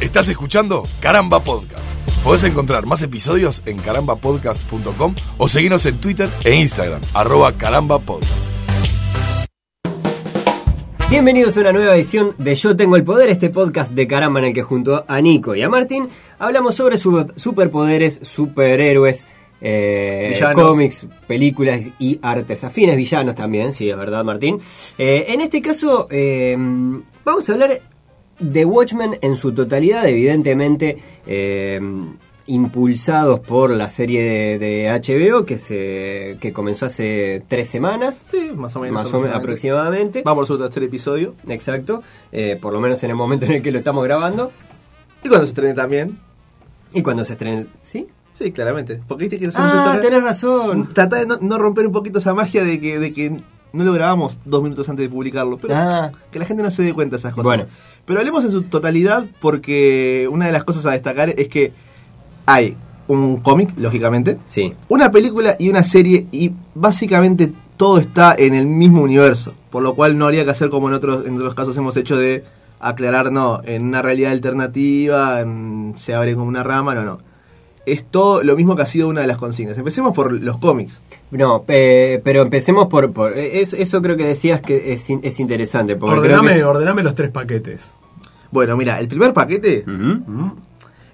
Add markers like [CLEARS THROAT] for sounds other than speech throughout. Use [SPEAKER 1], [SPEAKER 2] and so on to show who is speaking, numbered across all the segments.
[SPEAKER 1] Estás escuchando Caramba Podcast. Podés encontrar más episodios en carambapodcast.com o seguirnos en Twitter e Instagram, arroba carambapodcast.
[SPEAKER 2] Bienvenidos a una nueva edición de Yo Tengo el Poder, este podcast de caramba en el que junto a Nico y a Martín hablamos sobre su- superpoderes, superhéroes, eh,
[SPEAKER 3] Villanos.
[SPEAKER 2] cómics, películas y artes afines, villanos también, sí, es verdad Martín. Eh, en este caso eh, vamos a hablar de Watchmen en su totalidad, evidentemente eh, impulsados por la serie de, de HBO que, se, que comenzó hace tres semanas,
[SPEAKER 3] Sí, más o menos.
[SPEAKER 2] más o menos aproximadamente.
[SPEAKER 3] Vamos por su tercer episodio.
[SPEAKER 2] Exacto, eh, por lo menos en el momento en el que lo estamos grabando.
[SPEAKER 3] Y cuando se estrene también.
[SPEAKER 2] Y cuando se estrene... ¿Sí?
[SPEAKER 3] Sí, claramente. Porque viste que hacemos
[SPEAKER 2] Ah,
[SPEAKER 3] esto-
[SPEAKER 2] tenés razón.
[SPEAKER 3] Tratá de no, no romper un poquito esa magia de que, de que no lo grabamos dos minutos antes de publicarlo. Pero
[SPEAKER 2] Ah.
[SPEAKER 3] que la gente no se dé cuenta de esas cosas.
[SPEAKER 2] Bueno.
[SPEAKER 3] Pero hablemos en su totalidad porque una de las cosas a destacar es que hay un cómic, lógicamente.
[SPEAKER 2] Sí,
[SPEAKER 3] una película y una serie y básicamente todo está en el mismo universo, por lo cual no habría que hacer como en otros en otros casos hemos hecho de aclarar no, en una realidad alternativa en- se abre como una rama, no, no. Es todo lo mismo que ha sido una de las consignas. Empecemos por los cómics.
[SPEAKER 2] no, eh, pero empecemos por... por eh, es- eso creo que decías que es, in- es interesante. Porque
[SPEAKER 4] Ordename,
[SPEAKER 2] creo que es-
[SPEAKER 4] ordename los tres paquetes.
[SPEAKER 3] Bueno, mira, el primer paquete
[SPEAKER 2] Ujú.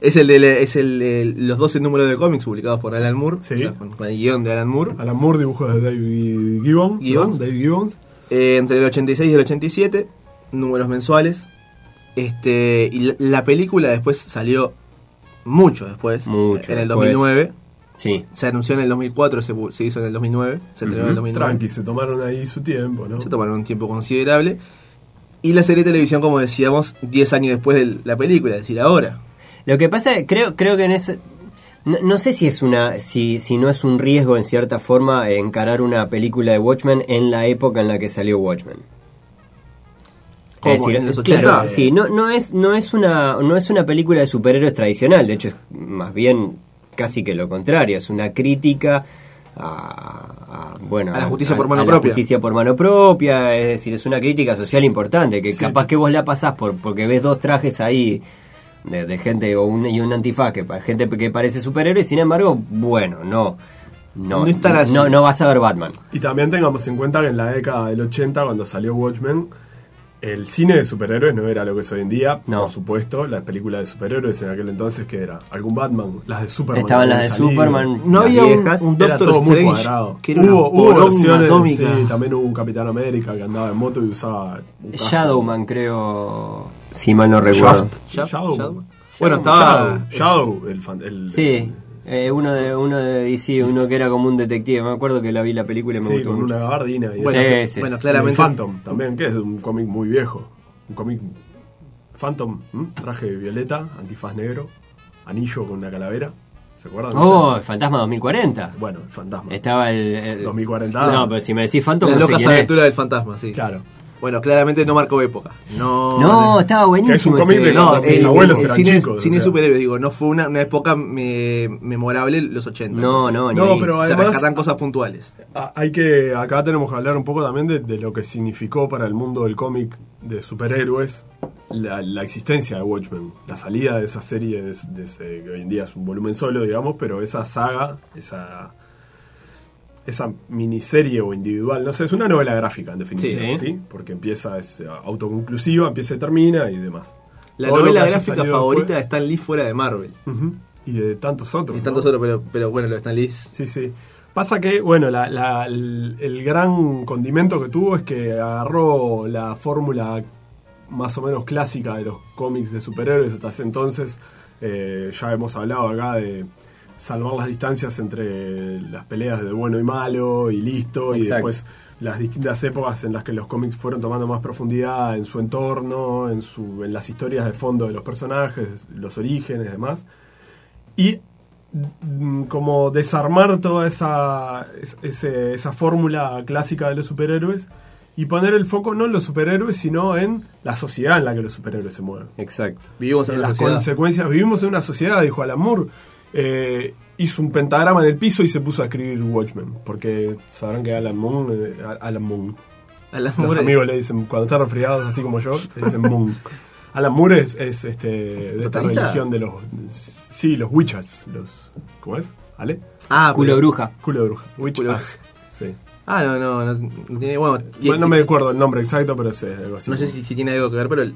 [SPEAKER 3] es el de la- es el de los 12 números de cómics publicados por Alan Moore,
[SPEAKER 4] Sí.
[SPEAKER 3] o sea, con, con el guión de Alan Moore,
[SPEAKER 4] Alan Moore, dibujos de David Gibbons.
[SPEAKER 3] Gibbons.
[SPEAKER 4] ¿no? David Gibbons.
[SPEAKER 3] eh, entre el 86 y el 87, números mensuales. Este, y la, la película después salió mucho después,
[SPEAKER 2] Mucho
[SPEAKER 3] en el
[SPEAKER 2] después.
[SPEAKER 3] 2009.
[SPEAKER 2] Sí.
[SPEAKER 3] Se anunció en el 2004, se, pu- se hizo en el 2009, se estrenó en el 2009.
[SPEAKER 4] Tranqui, se tomaron ahí su tiempo, ¿no?
[SPEAKER 3] Se tomaron un tiempo considerable. Y la serie de televisión, como decíamos, 10 años después de la película, es decir, ahora.
[SPEAKER 2] Lo que pasa, creo, creo que en ese... No, no sé si es una, si, si no es un riesgo en cierta forma eh, encarar una película de Watchmen en la época en la que salió Watchmen.
[SPEAKER 3] ¿Cómo?
[SPEAKER 2] Es decir,
[SPEAKER 3] ¿En los
[SPEAKER 2] claro,
[SPEAKER 3] 80?
[SPEAKER 2] sí, no, no es, no es una, no es una película de superhéroes tradicional, de hecho es más bien casi que lo contrario, es una crítica a, a, bueno
[SPEAKER 3] A la justicia por mano
[SPEAKER 2] la
[SPEAKER 3] propia.
[SPEAKER 2] justicia por mano propia, es decir, es una crítica social importante, que
[SPEAKER 4] Sí.
[SPEAKER 2] capaz que vos la pasás por, porque ves dos trajes ahí de, de gente o un, y un antifaz que pa- gente que parece superhéroe, sin embargo, bueno, no, no,
[SPEAKER 3] No es tan así.
[SPEAKER 2] no, no vas a ver Batman.
[SPEAKER 4] Y también tengamos en cuenta que en la década del 80, cuando salió Watchmen, el cine de superhéroes no era lo que es hoy en día.
[SPEAKER 2] No.
[SPEAKER 4] Por supuesto, las películas de superhéroes en aquel entonces, que era? ¿Algún Batman? Las de Superman.
[SPEAKER 2] Estaban
[SPEAKER 4] que
[SPEAKER 2] las de
[SPEAKER 4] habían salido.
[SPEAKER 2] Superman,
[SPEAKER 3] No
[SPEAKER 2] las
[SPEAKER 3] había un-
[SPEAKER 2] viejas.
[SPEAKER 3] un-
[SPEAKER 4] Era
[SPEAKER 3] Doctor
[SPEAKER 4] todo muy
[SPEAKER 3] Strange,
[SPEAKER 4] cuadrado.
[SPEAKER 3] que era
[SPEAKER 4] hubo,
[SPEAKER 3] una
[SPEAKER 4] hubo
[SPEAKER 3] poronga
[SPEAKER 4] versiones,
[SPEAKER 3] atómica.
[SPEAKER 4] sí, también hubo un Capitán América que andaba en moto y usaba... un casco.
[SPEAKER 2] Shadowman creo, si mal no recuerdo.
[SPEAKER 4] Shaft.
[SPEAKER 3] Shaft,
[SPEAKER 4] Shadow.
[SPEAKER 3] Shadow. Bueno, estaba-
[SPEAKER 4] Shadow, Shadow, el, fan- el-
[SPEAKER 2] Sí, eh, uno de uno de DC, uno que era como un detective. Me acuerdo que la vi la película y me
[SPEAKER 4] Sí,
[SPEAKER 2] gustó
[SPEAKER 4] con
[SPEAKER 2] mucho.
[SPEAKER 4] una gabardina. Y
[SPEAKER 3] Bueno,
[SPEAKER 4] eso.
[SPEAKER 2] Sí, sí.
[SPEAKER 3] bueno, claramente.
[SPEAKER 4] El Phantom también, que es un cómic muy viejo. Un cómic Phantom, ¿m? traje violeta, antifaz negro, anillo con una calavera. ¿Se acuerdan?
[SPEAKER 2] Oh, el Fantasma 2040.
[SPEAKER 4] Bueno, el fantasma.
[SPEAKER 2] Estaba el, el-
[SPEAKER 4] 2040.
[SPEAKER 2] No, pero si me decís Phantom
[SPEAKER 3] Las
[SPEAKER 2] no sé
[SPEAKER 3] locas
[SPEAKER 2] quién es.
[SPEAKER 3] aventuras del fantasma, sí.
[SPEAKER 4] Claro.
[SPEAKER 3] Bueno, claramente no marcó época. No.
[SPEAKER 2] No, estaba buenísimo.
[SPEAKER 4] Que es un
[SPEAKER 2] ese-
[SPEAKER 4] cómic de
[SPEAKER 3] No,
[SPEAKER 4] Cuando sus
[SPEAKER 3] el,
[SPEAKER 4] abuelos
[SPEAKER 3] el
[SPEAKER 4] eran
[SPEAKER 3] cine,
[SPEAKER 4] chicos,
[SPEAKER 3] cine
[SPEAKER 4] o sea.
[SPEAKER 3] superhéroe, digo, no fue una, una época me- memorable los 80.
[SPEAKER 2] no, no, ni
[SPEAKER 4] No,
[SPEAKER 2] ahí.
[SPEAKER 4] pero-
[SPEAKER 3] Se
[SPEAKER 4] además-
[SPEAKER 3] rescatan cosas puntuales.
[SPEAKER 4] Ah, Hay que, acá tenemos que hablar un poco también de, de lo que significó para el mundo del cómic de superhéroes la, la existencia de Watchmen, la salida de esa serie, de, de ese- que hoy en día es un volumen solo, digamos, pero esa saga, esa esa miniserie o individual, no sé, es una novela gráfica en definitiva,
[SPEAKER 2] Sí.
[SPEAKER 4] sí, porque empieza es autoconclusiva, empieza y termina y demás.
[SPEAKER 3] La
[SPEAKER 4] Todo lo
[SPEAKER 3] novela
[SPEAKER 4] que haya
[SPEAKER 3] gráfica
[SPEAKER 4] salido
[SPEAKER 3] favorita de
[SPEAKER 4] después-
[SPEAKER 3] Stan Lee fuera de Marvel.
[SPEAKER 4] Ujú, y de tantos otros.
[SPEAKER 3] Y tantos
[SPEAKER 4] ¿no?
[SPEAKER 3] otros, pero, pero bueno, lo de Stan Lee. es-
[SPEAKER 4] Sí, sí. Pasa que, bueno, la- la- el, el gran condimento que tuvo es que agarró la fórmula más o menos clásica de los cómics de superhéroes hasta ese entonces. Eh, ya hemos hablado acá de salvar las distancias entre las peleas de bueno y malo y listo. Y
[SPEAKER 2] Exacto.
[SPEAKER 4] después las distintas épocas en las que los cómics fueron tomando más profundidad en su entorno, en, su, en las historias de fondo de los personajes, los orígenes y demás y mm, como desarmar toda esa, es- ese- esa fórmula clásica de los superhéroes y poner el foco no en los superhéroes, sino en la sociedad en la que los superhéroes se mueven.
[SPEAKER 2] Exacto.
[SPEAKER 3] Vivimos en
[SPEAKER 4] En
[SPEAKER 3] una
[SPEAKER 4] las
[SPEAKER 3] sociedad.
[SPEAKER 4] consecuencias, vivimos en una sociedad, dijo Alan Moore. Eh, hizo un pentagrama en el piso y se puso a escribir Watchmen, porque sabrán que Alan Moore, eh, Alan Moore,
[SPEAKER 3] A las
[SPEAKER 4] los
[SPEAKER 3] mujeres. [LAUGHS]
[SPEAKER 4] amigos le dicen, cuando están resfriados, así como yo, le dicen Moon. Alan Moore es, es, este, de esta
[SPEAKER 3] ¿Satanista?
[SPEAKER 4] religión de los. Sí, los witches. Los, ¿Cómo es? ¿Ale?
[SPEAKER 3] Ah,
[SPEAKER 2] Culo
[SPEAKER 3] pero-
[SPEAKER 2] bruja.
[SPEAKER 4] Culo de bruja. Witch
[SPEAKER 3] Culo de
[SPEAKER 4] ass. Sí.
[SPEAKER 3] Ah, no, no, no, no tiene, bueno, tiene-
[SPEAKER 4] Bueno, no me acuerdo el nombre exacto, pero es eh, algo así.
[SPEAKER 3] no sé si, si tiene algo que ver, pero el-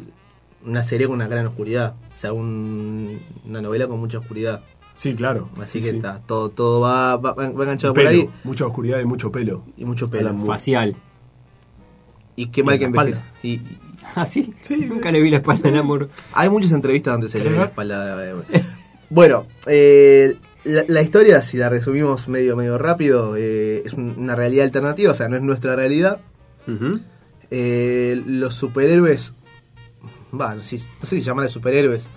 [SPEAKER 3] una serie con una gran oscuridad, o sea, un- una novela con mucha oscuridad,
[SPEAKER 4] Sí, claro.
[SPEAKER 3] así
[SPEAKER 4] Sí,
[SPEAKER 3] que
[SPEAKER 4] sí.
[SPEAKER 3] está, todo, todo va, va, va enganchado por
[SPEAKER 4] Pelo,
[SPEAKER 3] ahí
[SPEAKER 4] Mucha oscuridad y mucho pelo.
[SPEAKER 3] y mucho pelo.
[SPEAKER 4] Alan Moore.
[SPEAKER 2] Facial. [LAUGHS]
[SPEAKER 3] Y qué mal
[SPEAKER 4] en
[SPEAKER 3] que
[SPEAKER 4] la
[SPEAKER 3] enveje-
[SPEAKER 4] espalda.
[SPEAKER 3] y- y-
[SPEAKER 2] Ah, sí.
[SPEAKER 4] Sí,
[SPEAKER 2] Nunca le vi la espalda en amor.
[SPEAKER 3] Hay muchas entrevistas donde se le ve
[SPEAKER 4] ¿Querés
[SPEAKER 3] la
[SPEAKER 4] ver?
[SPEAKER 3] espalda. eh, Bueno, eh, la, la historia, si la resumimos medio, medio rápido, eh, es un- una realidad alternativa, o sea, no es nuestra realidad.
[SPEAKER 2] Ujú.
[SPEAKER 3] Eh, los superhéroes. Va, no sé, no sé si llamarle superhéroes.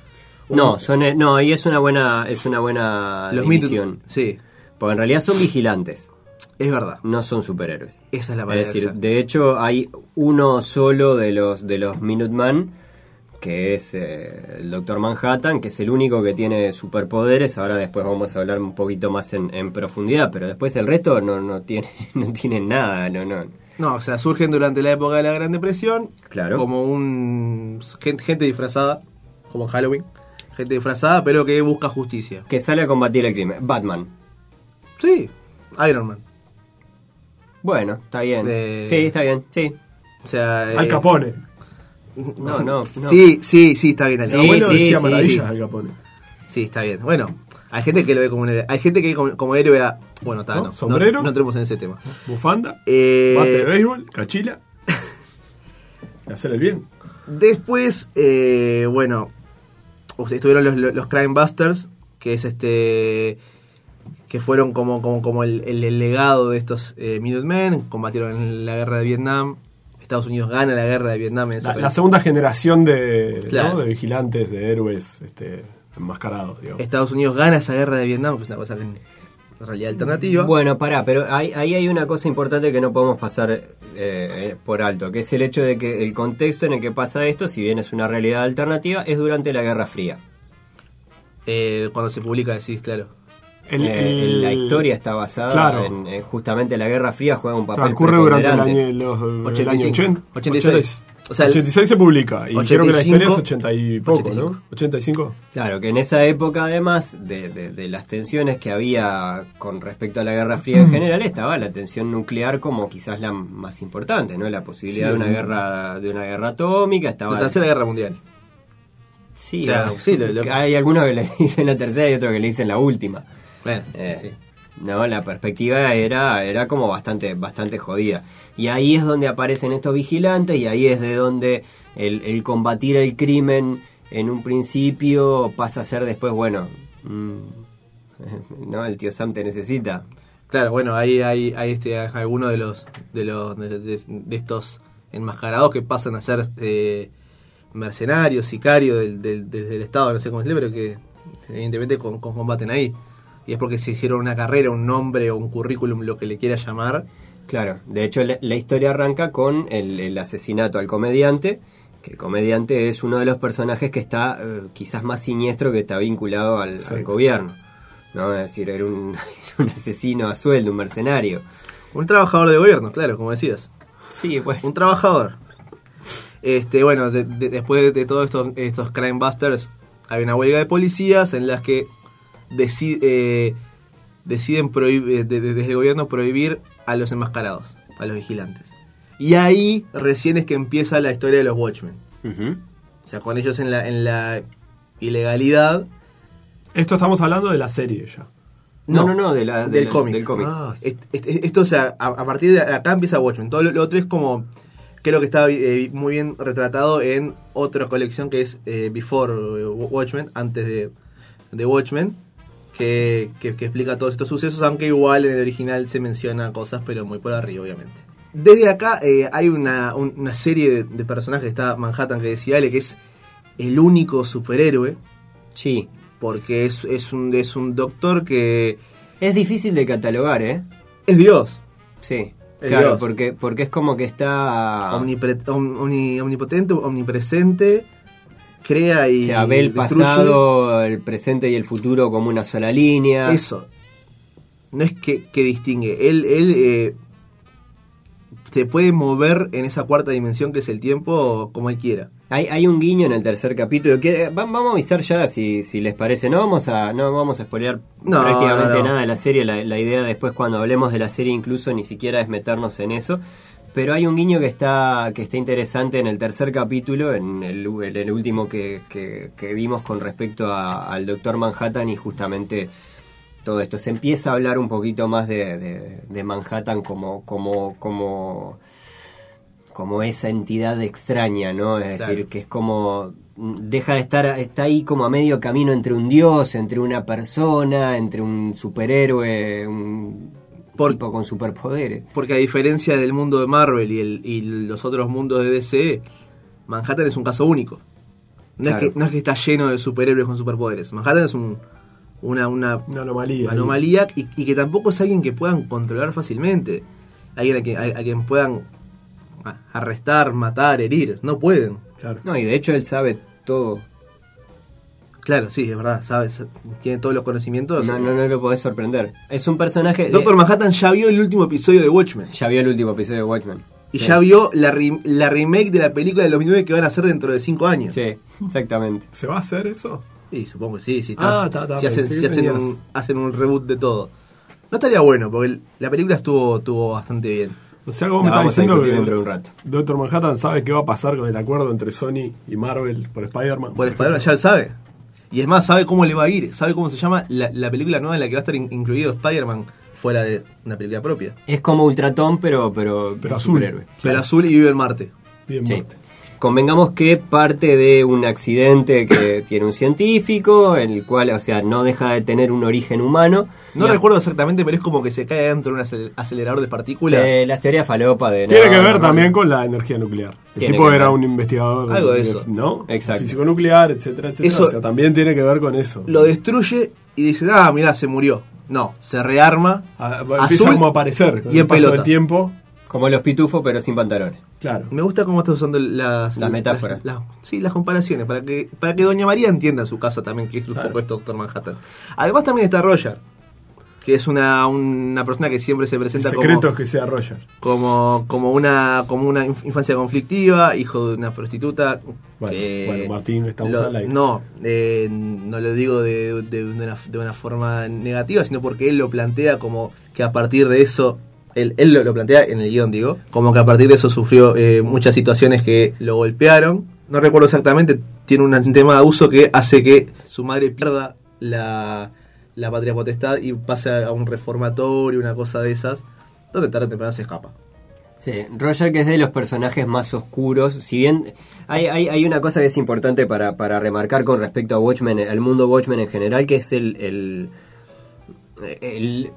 [SPEAKER 2] No, son, eh, no, y es una buena, es una buena
[SPEAKER 3] los mitos.
[SPEAKER 2] definición.
[SPEAKER 3] Sí,
[SPEAKER 2] Porque en realidad son vigilantes,
[SPEAKER 3] es verdad.
[SPEAKER 2] no son superhéroes.
[SPEAKER 3] Esa es la
[SPEAKER 2] Es
[SPEAKER 3] palabra.
[SPEAKER 2] decir,
[SPEAKER 3] exacta.
[SPEAKER 2] de hecho hay uno solo de los de los Minuteman que es eh, el Doctor Manhattan, que es el único que tiene superpoderes. Ahora después vamos a hablar un poquito más en, en profundidad, pero después el resto no no tiene [LAUGHS] no tienen nada, no no.
[SPEAKER 3] No, o sea, surgen durante la época de la Gran Depresión.
[SPEAKER 2] Claro.
[SPEAKER 3] Como un. gen- gente disfrazada, como en Halloween. Gente disfrazada, pero que busca justicia.
[SPEAKER 2] Que sale a combatir el crimen. Batman.
[SPEAKER 3] Sí, Iron Man.
[SPEAKER 2] Bueno, está bien.
[SPEAKER 3] Eh.
[SPEAKER 2] Sí, está bien. Sí.
[SPEAKER 3] O sea, eh,
[SPEAKER 4] Al Capone.
[SPEAKER 2] No, no, no.
[SPEAKER 3] Sí, sí, sí, está bien. Al
[SPEAKER 2] Sí,
[SPEAKER 3] Capone.
[SPEAKER 4] Bueno,
[SPEAKER 2] sí,
[SPEAKER 4] decía
[SPEAKER 2] sí,
[SPEAKER 4] maravillas
[SPEAKER 3] sí.
[SPEAKER 4] Al Capone.
[SPEAKER 3] Sí, está bien. Bueno, hay gente que lo ve como un héroe. Hay gente que ve como, como héroe a. Bueno, está,
[SPEAKER 4] ¿No?
[SPEAKER 3] no. No,
[SPEAKER 4] ¿Sombrero?
[SPEAKER 3] no entremos en ese tema.
[SPEAKER 4] Bufanda.
[SPEAKER 3] Eh,
[SPEAKER 4] Bate de béisbol.
[SPEAKER 3] [LAUGHS]
[SPEAKER 4] Cachila. y hacer el bien.
[SPEAKER 3] Después, eh, bueno, ustedes tuvieron los, los Crime Busters, que es este. que fueron como, como, como el, el- el legado de estos eh, Minutemen. Combatieron en la guerra de Vietnam. Estados Unidos gana la guerra de Vietnam en esa
[SPEAKER 4] La,
[SPEAKER 3] re-
[SPEAKER 4] la segunda generación de, ¿no?
[SPEAKER 3] Claro.
[SPEAKER 4] de vigilantes, de héroes este, enmascarados, digamos.
[SPEAKER 3] Estados Unidos gana esa guerra de Vietnam, que es una cosa que en realidad alternativa.
[SPEAKER 2] Bueno, pará, pero hay- ahí hay una cosa importante que no podemos pasar eh, eh, por alto, que es el hecho de que el contexto en el que pasa esto, si bien es una realidad alternativa, es durante la Guerra Fría.
[SPEAKER 3] Eh, cuando se publica decís, claro.
[SPEAKER 4] El-
[SPEAKER 2] Eh,
[SPEAKER 4] el-
[SPEAKER 2] la historia está basada
[SPEAKER 4] Claro.
[SPEAKER 2] en, en justamente la Guerra Fría juega un papel
[SPEAKER 4] Transcurre durante el año,
[SPEAKER 2] preponderante.
[SPEAKER 4] los, el
[SPEAKER 3] 85.
[SPEAKER 4] año 80.
[SPEAKER 3] 86. O sea, el-
[SPEAKER 4] 86 se publica. Y creo que la
[SPEAKER 3] 85,
[SPEAKER 4] historia es 80 y poco,
[SPEAKER 3] 85.
[SPEAKER 4] ¿no? 85.
[SPEAKER 2] Claro, que en esa época además de, de- de las tensiones que había con respecto a la Guerra Fría en general, estaba la tensión nuclear como quizás la más importante, ¿no? La posibilidad de una guerra de una guerra atómica,
[SPEAKER 4] Ah,
[SPEAKER 2] estaba
[SPEAKER 3] La tercera guerra mundial.
[SPEAKER 2] Sí,
[SPEAKER 3] O sea,
[SPEAKER 2] hay-
[SPEAKER 3] sí, lo- lo-
[SPEAKER 2] hay algunos que le [LAUGHS] dicen la tercera y otros que le dicen la última.
[SPEAKER 3] Bueno,
[SPEAKER 2] Eh,
[SPEAKER 3] sí.
[SPEAKER 2] No, la perspectiva era, era como bastante, bastante jodida. Y ahí es donde aparecen estos vigilantes y ahí es de donde el, el combatir el crimen en un principio pasa a ser después, bueno, mm, [LAUGHS] no, el tío Sam te necesita.
[SPEAKER 3] Claro, bueno, ahí hay, hay este, algunos de los de los de, de- de estos enmascarados que pasan a ser eh, mercenarios, sicarios del, del, del- del Estado, no sé cómo es, pero que evidentemente con- con- combaten ahí. Y es porque se hicieron una carrera, un nombre o un currículum, lo que le quiera llamar.
[SPEAKER 2] Claro, de hecho la, la historia arranca con el, el asesinato al comediante, que el comediante es uno de los personajes que está eh, quizás más siniestro que está vinculado al, al
[SPEAKER 4] Exacto.
[SPEAKER 2] gobierno. ¿no? Es decir, era un, [LAUGHS] un asesino a sueldo, un mercenario.
[SPEAKER 3] Un trabajador de gobierno, claro, como decías.
[SPEAKER 2] Sí, bueno.
[SPEAKER 3] Un trabajador. Este, bueno, de- de- después de todos estos, estos crime busters, hay una huelga de policías en las que deci- eh, deciden prohib- eh, de- de- desde el gobierno prohibir a los enmascarados, a los vigilantes. Y ahí recién es que empieza la historia de los Watchmen.
[SPEAKER 2] Ujú.
[SPEAKER 3] O sea, con ellos en la, en la ilegalidad.
[SPEAKER 4] Esto estamos hablando de la serie ya.
[SPEAKER 2] No, no, no, de la- de
[SPEAKER 3] del
[SPEAKER 2] la-
[SPEAKER 3] cómic.
[SPEAKER 2] del cómic.
[SPEAKER 4] Ah, sí.
[SPEAKER 3] Est- est- esto, o sea, a, a partir de acá empieza Watchmen. Todo lo, lo otro es como. Creo que está eh, muy bien retratado en otra colección que es eh, Before eh, Watchmen, antes de, de Watchmen, que, que- que explica todos estos sucesos, aunque igual en el original se menciona cosas, pero muy por arriba, obviamente. Desde acá eh, hay una, un- una serie de, de personajes, está Manhattan que decía Ale, que es el único superhéroe,
[SPEAKER 2] Sí.
[SPEAKER 3] porque es, es, un, es un doctor que
[SPEAKER 2] Es difícil de catalogar, ¿eh?
[SPEAKER 3] es Dios.
[SPEAKER 2] Sí.
[SPEAKER 3] El
[SPEAKER 2] Claro,
[SPEAKER 3] dios.
[SPEAKER 2] porque, porque es como que está...
[SPEAKER 3] Omnipre- om- omni- omnipotente, omnipresente, crea y
[SPEAKER 2] o sea, ve el
[SPEAKER 3] destruye.
[SPEAKER 2] pasado, el presente y el futuro como una sola línea.
[SPEAKER 3] Eso. No es que, que distingue. Él, él eh, se puede mover en esa cuarta dimensión que es el tiempo como él quiera.
[SPEAKER 2] Hay, hay un guiño en el tercer capítulo que eh, va- vamos a avisar ya si, si les parece. No vamos a no vamos a spoilear
[SPEAKER 3] No,
[SPEAKER 2] prácticamente
[SPEAKER 3] no, no.
[SPEAKER 2] nada de la serie. La, la idea después cuando hablemos de la serie incluso ni siquiera es meternos en eso. Pero hay un guiño que está que está interesante en el tercer capítulo, en el, u- en el último que, que- que vimos con respecto a- al Doctor Manhattan y justamente todo esto. Se empieza a hablar un poquito más de, de- de Manhattan como, como, como, como esa entidad extraña, ¿no? Es
[SPEAKER 3] Claro.
[SPEAKER 2] decir, que es como. mm, deja de estar. está ahí como a medio camino entre un dios, entre una persona, entre un superhéroe, un
[SPEAKER 3] Por-
[SPEAKER 2] tipo con superpoderes.
[SPEAKER 3] Porque a diferencia del mundo de Marvel y, el- y los otros mundos de DC, Manhattan es un caso único. No,
[SPEAKER 2] Claro.
[SPEAKER 3] es, que, no es que está lleno de superhéroes con superpoderes. Manhattan es un- una, una
[SPEAKER 4] Una anomalía.
[SPEAKER 3] anomalía y, y que tampoco es alguien que puedan controlar fácilmente. Alguien a quien, a- a quien puedan a- arrestar, matar, herir. No pueden.
[SPEAKER 4] Claro.
[SPEAKER 2] No, y de hecho él sabe todo.
[SPEAKER 3] Claro, sí, es verdad. Sabes, tiene todos los conocimientos.
[SPEAKER 2] No, eh, no, no lo podés sorprender. Es un personaje. de-
[SPEAKER 3] Doctor Manhattan ya vio el último episodio de Watchmen.
[SPEAKER 2] ya vio el último episodio de Watchmen.
[SPEAKER 3] Y
[SPEAKER 2] Sí.
[SPEAKER 3] ya vio la, re- la remake de la película del 2009 que van a hacer dentro de 5 años.
[SPEAKER 2] Sí, exactamente.
[SPEAKER 4] ¿Se va a hacer eso?
[SPEAKER 3] Y supongo que sí, si,
[SPEAKER 4] Ah,
[SPEAKER 3] estás-
[SPEAKER 4] ta, ta,
[SPEAKER 3] si hacen,
[SPEAKER 4] pensé
[SPEAKER 3] si
[SPEAKER 4] que
[SPEAKER 3] hacen
[SPEAKER 4] tenías-
[SPEAKER 3] un, hacen un reboot de todo. No estaría bueno, porque el- la película estuvo, estuvo bastante bien.
[SPEAKER 4] O sea, como
[SPEAKER 2] La
[SPEAKER 4] me está
[SPEAKER 2] vamos a
[SPEAKER 4] diciendo que
[SPEAKER 2] discutir dentro de un rato.
[SPEAKER 4] Doctor Manhattan sabe qué va a pasar con el acuerdo entre Sony y Marvel por Spider-Man.
[SPEAKER 3] Por Spider-Man ya lo sabe. Y es más, sabe cómo le va a ir, sabe cómo se llama la, la película nueva en la que va a estar in- incluido Spider-Man fuera de una película propia.
[SPEAKER 2] Es como Ultratón, pero, pero,
[SPEAKER 4] Pero azul.
[SPEAKER 3] Pero azul y vive en Marte.
[SPEAKER 4] Bien,
[SPEAKER 2] Sí.
[SPEAKER 4] Marte.
[SPEAKER 2] Convengamos que parte de un accidente que
[SPEAKER 4] [COUGHS]
[SPEAKER 2] tiene un científico, en el cual, o sea, no deja de tener un origen humano.
[SPEAKER 3] No
[SPEAKER 2] Y a-
[SPEAKER 3] recuerdo exactamente, pero es como que se cae dentro de un acel- acelerador de partículas.
[SPEAKER 2] que las teorías falopa de.
[SPEAKER 4] Tiene
[SPEAKER 2] no,
[SPEAKER 4] que
[SPEAKER 2] no,
[SPEAKER 4] ver
[SPEAKER 2] no,
[SPEAKER 4] también
[SPEAKER 2] no.
[SPEAKER 4] con la energía nuclear. El
[SPEAKER 2] Tiene
[SPEAKER 4] tipo
[SPEAKER 2] que
[SPEAKER 4] era
[SPEAKER 2] ver.
[SPEAKER 4] un investigador. eh,
[SPEAKER 3] Algo de eso.
[SPEAKER 4] ¿No?
[SPEAKER 2] Exacto.
[SPEAKER 4] Físico nuclear, etcétera, etcétera.
[SPEAKER 3] Eso-
[SPEAKER 4] o sea, también tiene que ver con eso.
[SPEAKER 3] Lo destruye y dice, ah, mirá, se murió. No, se rearma.
[SPEAKER 4] Ah, empieza
[SPEAKER 3] azul
[SPEAKER 4] como a aparecer. Con
[SPEAKER 3] y en
[SPEAKER 4] el paso del
[SPEAKER 3] pelota.
[SPEAKER 4] tiempo.
[SPEAKER 2] Como los pitufos, pero sin pantalones.
[SPEAKER 4] Claro.
[SPEAKER 3] Me gusta cómo estás usando las...
[SPEAKER 2] Las metáforas.
[SPEAKER 3] las- las- sí, las comparaciones, para que, para que Doña María entienda su casa también, que es un
[SPEAKER 4] Claro.
[SPEAKER 3] poco esto, Doctor Manhattan. Además también está Roger, que es una, una persona que siempre se
[SPEAKER 4] El
[SPEAKER 3] presenta
[SPEAKER 4] secreto
[SPEAKER 3] como,
[SPEAKER 4] es que sea Roger.
[SPEAKER 3] como, como, una, como una inf- infancia conflictiva, hijo de una prostituta.
[SPEAKER 4] Bueno,
[SPEAKER 3] que
[SPEAKER 4] bueno, Martín, estamos
[SPEAKER 3] lo-
[SPEAKER 4] al aire.
[SPEAKER 3] No, eh, no lo digo de, de una, de una forma negativa, sino porque él lo plantea como que a partir de eso, él, él lo, lo plantea en el guión, digo, como que a partir de eso sufrió eh, muchas situaciones que lo golpearon. No recuerdo exactamente, tiene un tema de abuso que hace que su madre pierda la, la patria potestad y pase a un reformatorio, una cosa de esas, donde tarde o temprano se escapa.
[SPEAKER 2] Sí, Roger que es de los personajes más oscuros, si bien hay, hay, hay una cosa que es importante para, para remarcar con respecto a Watchmen, al mundo Watchmen en general, que es el, el, el-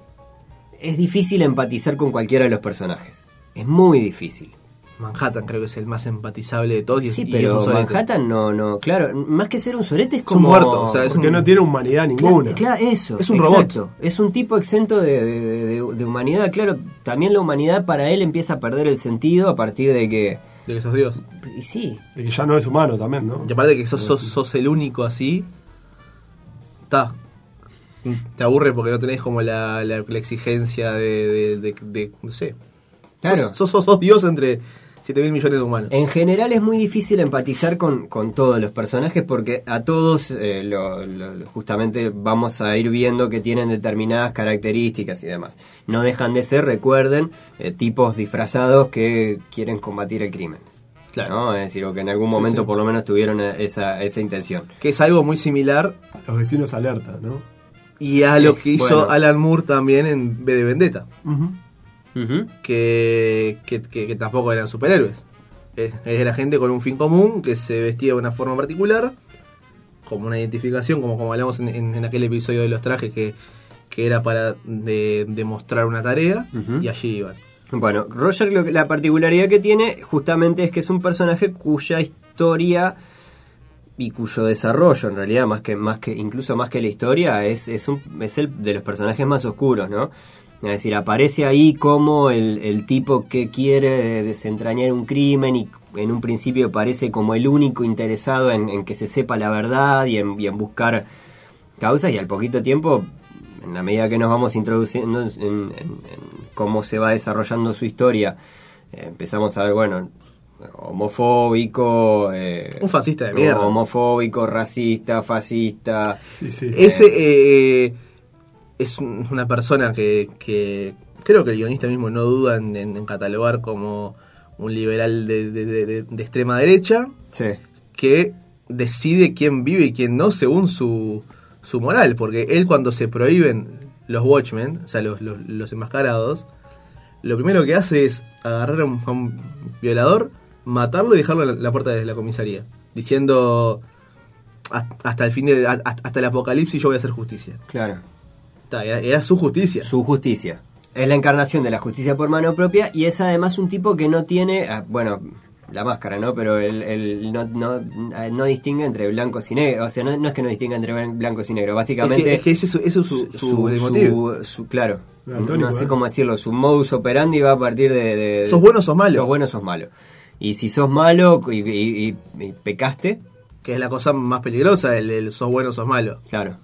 [SPEAKER 2] Es difícil empatizar con cualquiera de los personajes, es muy difícil.
[SPEAKER 3] Manhattan creo que es el más empatizable de todos. y-
[SPEAKER 2] Sí,
[SPEAKER 3] y es
[SPEAKER 2] pero
[SPEAKER 3] un sorete.
[SPEAKER 2] Manhattan no, no, claro, más que ser un sorete es
[SPEAKER 3] Es un
[SPEAKER 2] como...
[SPEAKER 3] muerto, o sea, es
[SPEAKER 4] Porque
[SPEAKER 3] un-
[SPEAKER 4] no tiene humanidad ninguna.
[SPEAKER 2] Claro, claro, eso.
[SPEAKER 3] Es un
[SPEAKER 2] exacto. Es un tipo exento de, de- de- de humanidad. Claro, también la humanidad para él empieza a perder el sentido a partir de que...
[SPEAKER 3] De que sos Dios.
[SPEAKER 2] Y sí,
[SPEAKER 4] De que ya no es humano también, ¿no?
[SPEAKER 3] Y aparte que sos, sos, sos el único así. Está. Te aburre porque no tenés como la, la, la exigencia de, de, de- de- No sé.
[SPEAKER 2] Claro. Eh.
[SPEAKER 3] Sos, sos, sos Dios entre 7 mil millones de humanos.
[SPEAKER 2] En general es muy difícil empatizar con, con todos los personajes porque a todos eh, lo- lo- lo- justamente vamos a ir viendo que tienen determinadas características y demás. No dejan de ser, recuerden, eh, tipos disfrazados que quieren combatir el crimen.
[SPEAKER 3] Claro.
[SPEAKER 2] ¿no? Es decir, o que en algún momento
[SPEAKER 3] sí.
[SPEAKER 2] por lo menos tuvieron eh, esa, esa intención.
[SPEAKER 3] Que es algo muy similar
[SPEAKER 4] Los vecinos alerta, ¿no?
[SPEAKER 3] y a lo que hizo
[SPEAKER 2] bueno.
[SPEAKER 3] Alan Moore también en B de Vendetta.
[SPEAKER 4] Ujú.
[SPEAKER 3] Que, que, que- que tampoco eran superhéroes. Es, es la gente con un fin común que se vestía de una forma particular. como una identificación, como, como hablamos en, en- en aquel episodio de los trajes que, que era para de- demostrar una tarea,
[SPEAKER 2] Ujú.
[SPEAKER 3] y allí iban.
[SPEAKER 2] Bueno, Roger lo que- la particularidad que tiene justamente es que es un personaje cuya historia y cuyo desarrollo en realidad más que más que incluso más que la historia es es un es el de los personajes más oscuros, ¿no? Es decir, aparece ahí como el, el tipo que quiere desentrañar un crimen y en un principio parece como el único interesado en, en que se sepa la verdad y en, y en buscar causas y al poquito tiempo, en la medida que nos vamos introduciendo en, en- en cómo se va desarrollando su historia, eh, empezamos a ver, bueno, homofóbico. eh,
[SPEAKER 3] Un fascista de mierda.
[SPEAKER 2] Homofóbico, racista, fascista.
[SPEAKER 4] Sí, sí.
[SPEAKER 3] Ese eh, eh, es un- una persona que, que creo que el guionista mismo no duda en, en- en catalogar como un liberal de, de- de- de- de extrema derecha
[SPEAKER 2] Sí.
[SPEAKER 3] que decide quién vive y quién no según su, su moral. Porque él cuando se prohíben los Watchmen, o sea, los, los- los enmascarados, lo primero que hace es agarrar a un, a un violador, matarlo y dejarlo en la, la puerta de la comisaría. Diciendo... "Hasta- Hasta el fin de, hasta- hasta el apocalipsis yo voy a hacer justicia.
[SPEAKER 2] Claro.
[SPEAKER 3] Ta, Era, era su justicia.
[SPEAKER 2] Su justicia. Es la encarnación de la justicia por mano propia y es además un tipo que no tiene, ah, bueno, la máscara, ¿no? Pero él, él no, no, eh, no distingue entre blancos y negros. O sea, no, no es que no distinga entre blan- blancos y negros.
[SPEAKER 3] es,
[SPEAKER 2] Básicamente...
[SPEAKER 3] que, es que ese es su, ese es su, su leitmotiv.
[SPEAKER 2] su- su- claro.
[SPEAKER 4] Daltónico,
[SPEAKER 2] no sé
[SPEAKER 4] ¿eh?
[SPEAKER 2] cómo decirlo. Su modus operandi va a partir de... de-
[SPEAKER 3] Sos bueno, sos malo.
[SPEAKER 2] Sos bueno, sos malo. Y si sos malo y, y- y- y pecaste,
[SPEAKER 3] Que es la cosa más peligrosa, el, el sos bueno, sos malo.
[SPEAKER 2] claro,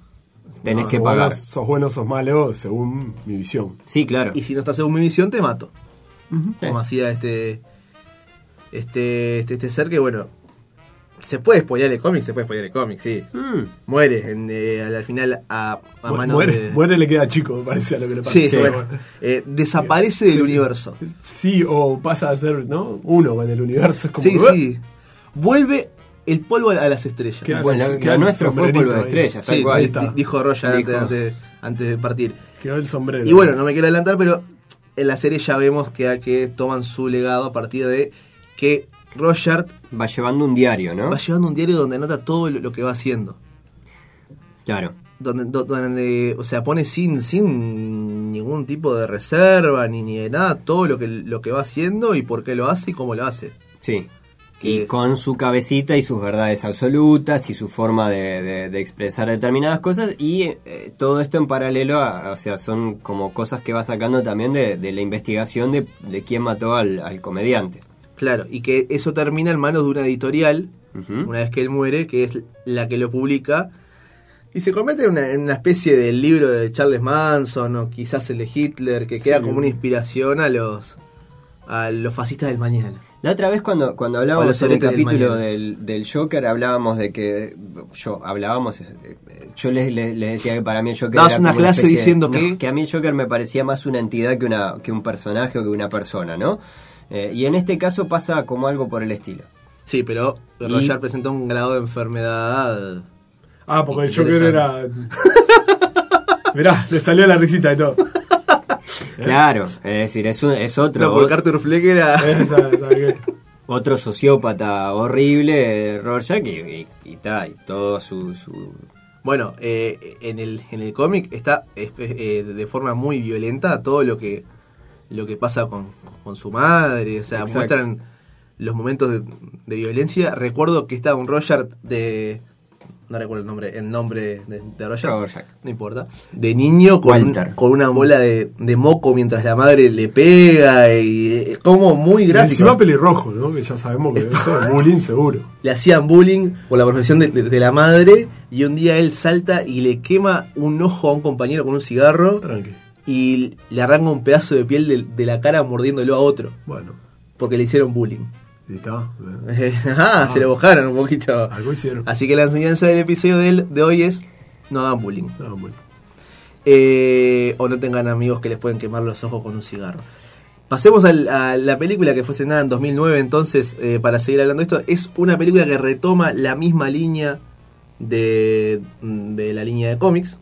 [SPEAKER 2] tenés
[SPEAKER 4] No,
[SPEAKER 2] que
[SPEAKER 4] sos
[SPEAKER 2] pagar.
[SPEAKER 4] bueno, sos bueno, sos malo, según mi visión.
[SPEAKER 2] Sí, claro.
[SPEAKER 3] Y si no estás según mi visión, te mato.
[SPEAKER 2] Sí.
[SPEAKER 3] Como hacía este, este, este, este ser que, bueno, se puede spoilear el cómic, se puede spoilear el cómic, sí.
[SPEAKER 2] Mm.
[SPEAKER 3] Muere en, eh, al al final a, a
[SPEAKER 4] Mu-
[SPEAKER 3] manos
[SPEAKER 4] muere,
[SPEAKER 3] de...
[SPEAKER 4] muere le queda chico, me parece a lo que le pasa.
[SPEAKER 3] Sí,
[SPEAKER 4] Pero
[SPEAKER 3] bueno, eh, desaparece del
[SPEAKER 4] Sí.
[SPEAKER 3] universo.
[SPEAKER 4] Sí, o pasa a ser, ¿no? Uno con el universo. es Como, "Ah,
[SPEAKER 3] Sí, sí. Vuelve el polvo a a las estrellas.
[SPEAKER 4] Queda-
[SPEAKER 2] Bueno, la-
[SPEAKER 4] queda
[SPEAKER 2] la
[SPEAKER 4] un
[SPEAKER 2] nuestra fue
[SPEAKER 4] sombrerito
[SPEAKER 2] polvo de
[SPEAKER 4] ahí.
[SPEAKER 2] estrellas, tal
[SPEAKER 3] Sí,
[SPEAKER 2] cual.
[SPEAKER 3] di-
[SPEAKER 4] está.
[SPEAKER 3] di- dijo Roger antes,
[SPEAKER 2] Dijo.
[SPEAKER 3] antes- antes de partir.
[SPEAKER 4] Quedó el sombrero.
[SPEAKER 3] Y bueno, no me quiero adelantar, pero en la serie ya vemos que, que toman su legado a partir de que Roger
[SPEAKER 2] Va llevando un diario, ¿no?
[SPEAKER 3] va llevando un diario donde anota todo lo, lo que va haciendo.
[SPEAKER 2] Claro.
[SPEAKER 3] Donde, do- donde, o sea, pone sin, sin ningún tipo de reserva ni, ni de nada todo lo que, lo que va haciendo y por qué lo hace y cómo lo hace.
[SPEAKER 2] Sí.
[SPEAKER 3] Que-
[SPEAKER 2] Y con su cabecita y sus verdades absolutas y su forma de, de- de expresar determinadas cosas y eh, todo esto en paralelo, a, o sea, son como cosas que va sacando también de, de la investigación de, de quién mató al, al comediante.
[SPEAKER 3] Claro, y que eso termina en manos de una editorial,
[SPEAKER 2] Ujú.
[SPEAKER 3] una vez que él muere, que es la que lo publica. Y se convierte en una, en una especie del libro de Charles Manson o quizás el de Hitler, que queda
[SPEAKER 4] Sí.
[SPEAKER 3] como una inspiración a los a los fascistas del mañana.
[SPEAKER 2] La otra vez cuando, cuando
[SPEAKER 3] O
[SPEAKER 2] hablábamos
[SPEAKER 3] los
[SPEAKER 2] sobre el
[SPEAKER 3] sonetes del
[SPEAKER 2] capítulo
[SPEAKER 3] mañana.
[SPEAKER 2] del, del Joker, hablábamos de que yo hablábamos, eh, eh, yo les, les, les decía que para mí el Joker
[SPEAKER 3] Dabas
[SPEAKER 2] era
[SPEAKER 3] una
[SPEAKER 2] como una
[SPEAKER 3] clase
[SPEAKER 2] especie de-
[SPEAKER 3] diciendo
[SPEAKER 2] no,
[SPEAKER 3] que-
[SPEAKER 2] que a mí el Joker me parecía más una entidad que una que un personaje o que una persona, ¿no? Eh, y en este caso pasa como algo por el estilo.
[SPEAKER 3] Sí, pero Roger presentó un grado de enfermedad.
[SPEAKER 4] Ah, porque el Joker era. [LAUGHS] Mirá, le salió la risita
[SPEAKER 3] [LAUGHS]
[SPEAKER 4] y todo.
[SPEAKER 2] Claro, es decir, es, un- es otro
[SPEAKER 3] No, porque Arthur Fleck
[SPEAKER 4] [LAUGHS]
[SPEAKER 3] era.
[SPEAKER 4] Esa, esa que-
[SPEAKER 2] otro sociópata horrible, eh, Rorschach, y, y, y ta, y todo su, su-
[SPEAKER 3] Bueno, eh, en el, en el cómic está eh, eh, de forma muy violenta todo lo que lo que pasa con, con su madre. O sea,
[SPEAKER 2] Exacto.
[SPEAKER 3] muestran los momentos de, de violencia. Recuerdo que estaba un Roger de. No recuerdo el nombre, el nombre de, de Roger.
[SPEAKER 2] Rorschach.
[SPEAKER 3] No importa. De niño con, un-
[SPEAKER 2] Walter.
[SPEAKER 3] con una bola de, de moco mientras la madre le pega y eh, como muy
[SPEAKER 4] Y
[SPEAKER 3] gráfico.
[SPEAKER 4] Encima pelirrojo, ¿no? Que ya sabemos que eso es bullying seguro.
[SPEAKER 3] le hacían bullying por la profesión de, de- de la madre y un día él salta y le quema un ojo a un compañero con un cigarro
[SPEAKER 4] Tranqui.
[SPEAKER 3] y le arranca un pedazo de piel de, de la cara mordiéndolo a otro
[SPEAKER 4] Bueno,
[SPEAKER 3] porque le hicieron bullying. [LAUGHS]
[SPEAKER 4] y está. eh,
[SPEAKER 3] Ajá, se lo bojaron un poquito.
[SPEAKER 4] Algo hicieron.
[SPEAKER 3] Así que la enseñanza del episodio de, él- de hoy es no hagan bullying.
[SPEAKER 4] Ah, bueno.
[SPEAKER 3] Eh, o no tengan amigos que les pueden quemar los ojos con un cigarro. Pasemos al- a la película que fue estrenada en 2009, entonces, eh, para seguir hablando de esto, es una película que retoma la misma línea de, de la línea de cómics.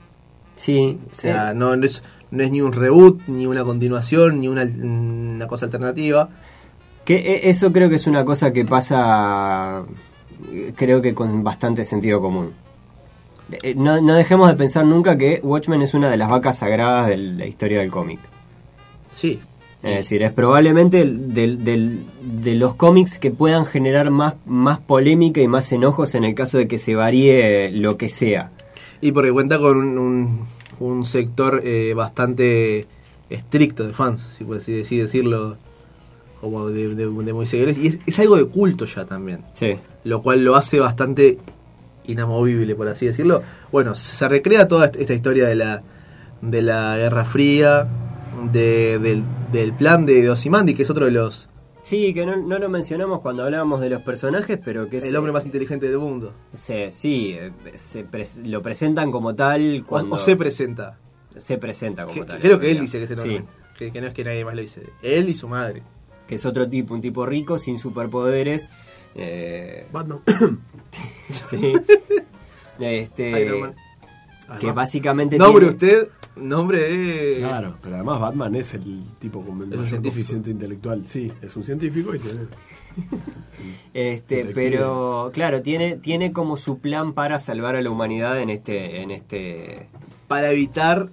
[SPEAKER 2] Sí,
[SPEAKER 3] O sea, no, no es, no es ni un reboot, ni una continuación, ni una, una cosa alternativa.
[SPEAKER 2] Que e- eso creo que es una cosa que pasa, eh, creo que con bastante sentido común. Eh, No, no dejemos de pensar nunca que Watchmen es una de las vacas sagradas de la historia del cómic.
[SPEAKER 3] Sí,
[SPEAKER 2] Es decir, es probablemente el- del- del- de los cómics que puedan generar más, más polémica y más enojos en el caso de que se varíe lo que sea.
[SPEAKER 3] y porque cuenta con un, un- un sector eh, bastante estricto de fans, si por así así decirlo, como de, de, de muy seguidores. Y es- es algo de culto ya también.
[SPEAKER 2] Sí,
[SPEAKER 3] lo cual lo hace bastante inamovible, por así decirlo. Bueno, se se recrea toda est- esta historia de la, de la Guerra Fría, de- del, del plan de Osimandi, que es otro de los
[SPEAKER 2] Sí, que no, no lo mencionamos cuando hablábamos de los personajes, pero que es...
[SPEAKER 3] El hombre más inteligente del mundo.
[SPEAKER 2] se- sí, eh, se pres- lo presentan como tal
[SPEAKER 3] O,
[SPEAKER 2] cuando...
[SPEAKER 3] o se presenta.
[SPEAKER 2] se presenta como
[SPEAKER 3] Que-
[SPEAKER 2] tal.
[SPEAKER 3] creo
[SPEAKER 2] en
[SPEAKER 3] que él
[SPEAKER 2] realidad.
[SPEAKER 3] dice que es el
[SPEAKER 2] Sí,
[SPEAKER 3] hombre. Que, que no es que nadie más lo dice. Él y su madre.
[SPEAKER 2] que es otro tipo, un tipo rico, sin superpoderes. eh,
[SPEAKER 3] [COUGHS]
[SPEAKER 4] Batman.
[SPEAKER 3] [LAUGHS]
[SPEAKER 2] sí.
[SPEAKER 3] Iron Man.
[SPEAKER 2] Este, que
[SPEAKER 4] Además-
[SPEAKER 2] básicamente...
[SPEAKER 3] Nombre
[SPEAKER 2] tiene-
[SPEAKER 3] usted, nombre eh, de...
[SPEAKER 4] Claro, pero además Batman es el tipo con el
[SPEAKER 3] un
[SPEAKER 4] mayor
[SPEAKER 3] científico.
[SPEAKER 4] coeficiente intelectual. Sí, es un científico y tiene.
[SPEAKER 2] Este,
[SPEAKER 4] Detective.
[SPEAKER 2] pero claro, tiene, tiene como su plan para salvar a la humanidad en este, en este.
[SPEAKER 3] Para evitar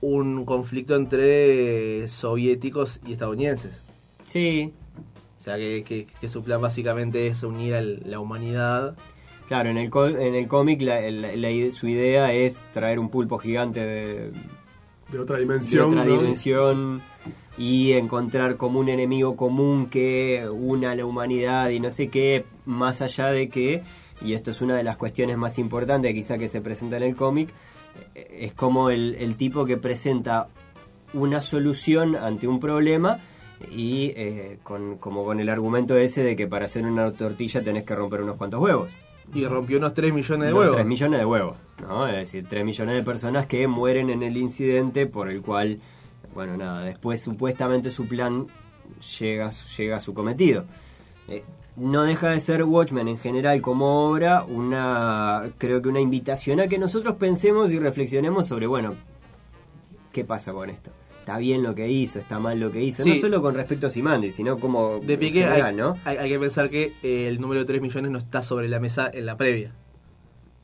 [SPEAKER 3] un conflicto entre soviéticos y estadounidenses.
[SPEAKER 2] Sí,
[SPEAKER 3] O sea, que, que- que su plan básicamente es unir a la humanidad.
[SPEAKER 2] claro, en el co- en el cómic la- la- la ide- su idea es traer un pulpo gigante de,
[SPEAKER 4] De otra
[SPEAKER 2] de
[SPEAKER 4] dimensión.
[SPEAKER 2] otra
[SPEAKER 4] ¿no?
[SPEAKER 2] dimensión y encontrar como un enemigo común que una a la humanidad y no sé qué, más allá de que, y esto es una de las cuestiones más importantes quizá que se presenta en el cómic, eh, es como el, el tipo que presenta una solución ante un problema y eh, con, como con el argumento ese de que para hacer una tortilla tenés que romper unos cuantos huevos.
[SPEAKER 3] Y rompió unos 3 millones de
[SPEAKER 2] No,
[SPEAKER 3] huevos.
[SPEAKER 2] 3 millones de huevos, ¿no? Es decir, 3 millones de personas que mueren en el incidente por el cual, bueno, nada, después supuestamente su plan llega, a su- llega a su cometido. Eh, no deja de ser Watchmen en general como obra una, creo que una invitación a que nosotros pensemos y reflexionemos sobre, bueno, ¿qué pasa con esto? ¿Está bien lo que hizo? ¿Está mal lo que hizo?
[SPEAKER 3] Sí.
[SPEAKER 2] No solo con respecto a Simandi, sino como
[SPEAKER 3] De
[SPEAKER 2] en
[SPEAKER 3] pique
[SPEAKER 2] general,
[SPEAKER 3] hay,
[SPEAKER 2] ¿no?
[SPEAKER 3] hay- hay que pensar que eh, el número de 3 millones no está sobre la mesa en la previa.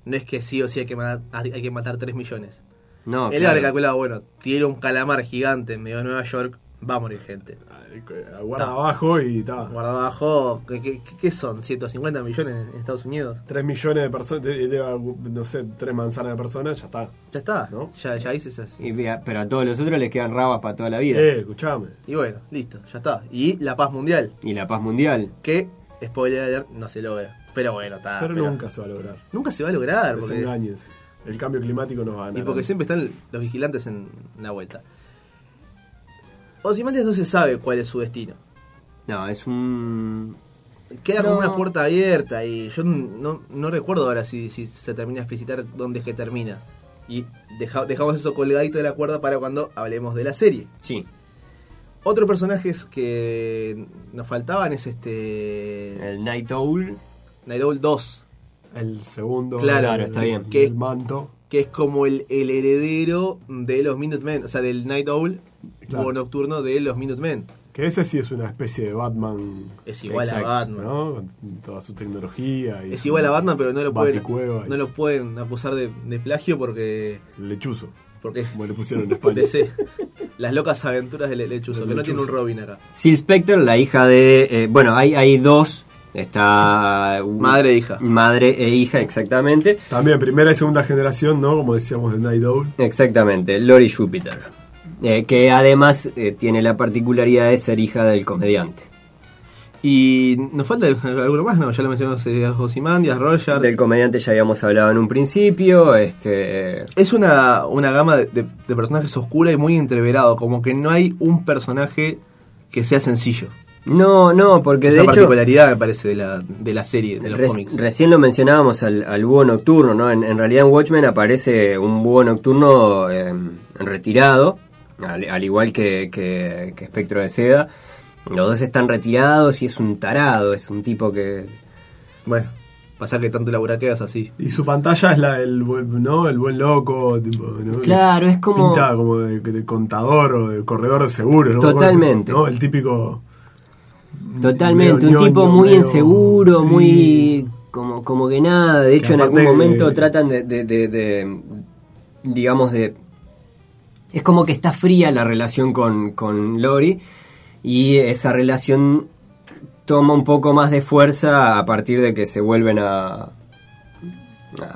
[SPEAKER 3] No es que sí o sí hay que matar, hay hay que matar 3 millones.
[SPEAKER 2] No,
[SPEAKER 3] Él
[SPEAKER 2] claro.
[SPEAKER 3] habría calculado, bueno, tiene un calamar gigante en medio de Nueva York, va a morir gente.
[SPEAKER 4] Guarda
[SPEAKER 3] Ta.
[SPEAKER 4] abajo y está.
[SPEAKER 3] Guardado abajo, ¿qué, qué, qué son? ¿150 millones en Estados Unidos?
[SPEAKER 4] 3 millones de personas, te- te- no sé, 3 manzanas de personas, ya está.
[SPEAKER 3] Ya está,
[SPEAKER 4] ¿No?
[SPEAKER 3] ya, ya hice esas.
[SPEAKER 2] Y vea, pero a todos los otros les quedan rabas para toda la vida.
[SPEAKER 4] Eh, escuchame.
[SPEAKER 3] Y bueno, listo, ya está. Y la paz mundial,
[SPEAKER 2] Y la paz mundial.
[SPEAKER 3] que, spoiler alert, no se logra. Ah, Pero bueno, está.
[SPEAKER 4] pero, nunca se va a lograr.
[SPEAKER 3] Nunca se va a lograr. porque-
[SPEAKER 4] Desengáñense. El cambio climático nos va a ganar.
[SPEAKER 3] Y porque siempre están los vigilantes en la vuelta. Ozymandias no se sabe cuál es su destino.
[SPEAKER 2] No, es un.
[SPEAKER 3] Queda como
[SPEAKER 2] No.
[SPEAKER 3] una puerta abierta y yo no, no recuerdo ahora si, si se termina de explicitar dónde es que termina. Y deja- dejamos eso colgadito de la cuerda para cuando hablemos de la serie.
[SPEAKER 2] Sí.
[SPEAKER 3] Otros personajes que nos faltaban es este...
[SPEAKER 2] El Night Owl.
[SPEAKER 3] Night Owl 2,
[SPEAKER 4] El segundo.
[SPEAKER 3] Claro,
[SPEAKER 4] el-
[SPEAKER 2] está bien.
[SPEAKER 4] El
[SPEAKER 3] ¿Qué?
[SPEAKER 4] manto.
[SPEAKER 3] que es como el, el heredero de los Minutemen, o sea, del Night Owl
[SPEAKER 4] Claro.
[SPEAKER 3] o nocturno de los Minutemen.
[SPEAKER 4] Que ese sí es una especie de Batman.
[SPEAKER 3] Es igual
[SPEAKER 2] Exacto,
[SPEAKER 3] a Batman.
[SPEAKER 4] ¿no? Con toda su tecnología. Y
[SPEAKER 3] Es
[SPEAKER 4] su
[SPEAKER 3] igual a Batman, pero no lo pueden,
[SPEAKER 4] baticueva y
[SPEAKER 3] no
[SPEAKER 4] su
[SPEAKER 3] lo pueden acusar de, de plagio porque,
[SPEAKER 4] Lechuzo.
[SPEAKER 3] porque
[SPEAKER 4] [LAUGHS]
[SPEAKER 3] es
[SPEAKER 4] Como le pusieron
[SPEAKER 3] [LAUGHS]
[SPEAKER 4] en España.
[SPEAKER 3] DC. Las locas aventuras del lechuzo,
[SPEAKER 4] Del
[SPEAKER 3] que no tiene un
[SPEAKER 4] Lechuzo.
[SPEAKER 3] Robin acá.
[SPEAKER 2] Sil Spector, la hija de. eh, bueno, hay, hay dos. Está. un-
[SPEAKER 3] Madre e hija.
[SPEAKER 2] Madre e hija, exactamente.
[SPEAKER 4] También, primera y segunda generación, ¿no? Como decíamos de Night Owl.
[SPEAKER 2] Exactamente, Lori Jupiter. Eh, que además eh, tiene la particularidad de ser hija del comediante.
[SPEAKER 3] Y nos falta [LAUGHS] alguno más, no, ya lo mencionamos eh, Ozymandias, Roger.
[SPEAKER 2] Del comediante ya habíamos hablado en un principio. Este.
[SPEAKER 3] Es una, una gama de, de- de personajes oscura y muy entreverado, como que no hay un personaje que sea sencillo.
[SPEAKER 2] No, no, porque
[SPEAKER 3] es
[SPEAKER 2] de
[SPEAKER 3] una
[SPEAKER 2] hecho.
[SPEAKER 3] particularidad, me parece, de la, de la serie, de los
[SPEAKER 2] Reci-
[SPEAKER 3] cómics.
[SPEAKER 2] Recién lo mencionábamos al, al búho nocturno, ¿no? En, en realidad en Watchmen aparece un búho nocturno eh, retirado, al, al igual que, que- que Espectro de Seda. Los dos están retirados y es un tarado, es un tipo que...
[SPEAKER 3] Bueno, pasa que tanto laburar que hagas así.
[SPEAKER 4] Y su pantalla es la del buen- ¿no? el buen loco. tipo, ¿no?
[SPEAKER 2] Claro, es como-
[SPEAKER 4] Pintada como de, de contador o de corredor de seguros. ¿no?
[SPEAKER 2] Totalmente.
[SPEAKER 4] ¿No? El típico.
[SPEAKER 2] Totalmente,
[SPEAKER 4] medio
[SPEAKER 2] un tipo
[SPEAKER 4] ñoño,
[SPEAKER 2] muy
[SPEAKER 4] medio-
[SPEAKER 2] inseguro,
[SPEAKER 4] sí.
[SPEAKER 2] muy... Como, como que nada, de hecho en
[SPEAKER 4] aparte
[SPEAKER 2] algún momento
[SPEAKER 4] que-
[SPEAKER 2] tratan de, de- de- de- digamos, de... Es como que está fría la relación con, con Lori y esa relación toma un poco más de fuerza a partir de que se vuelven a,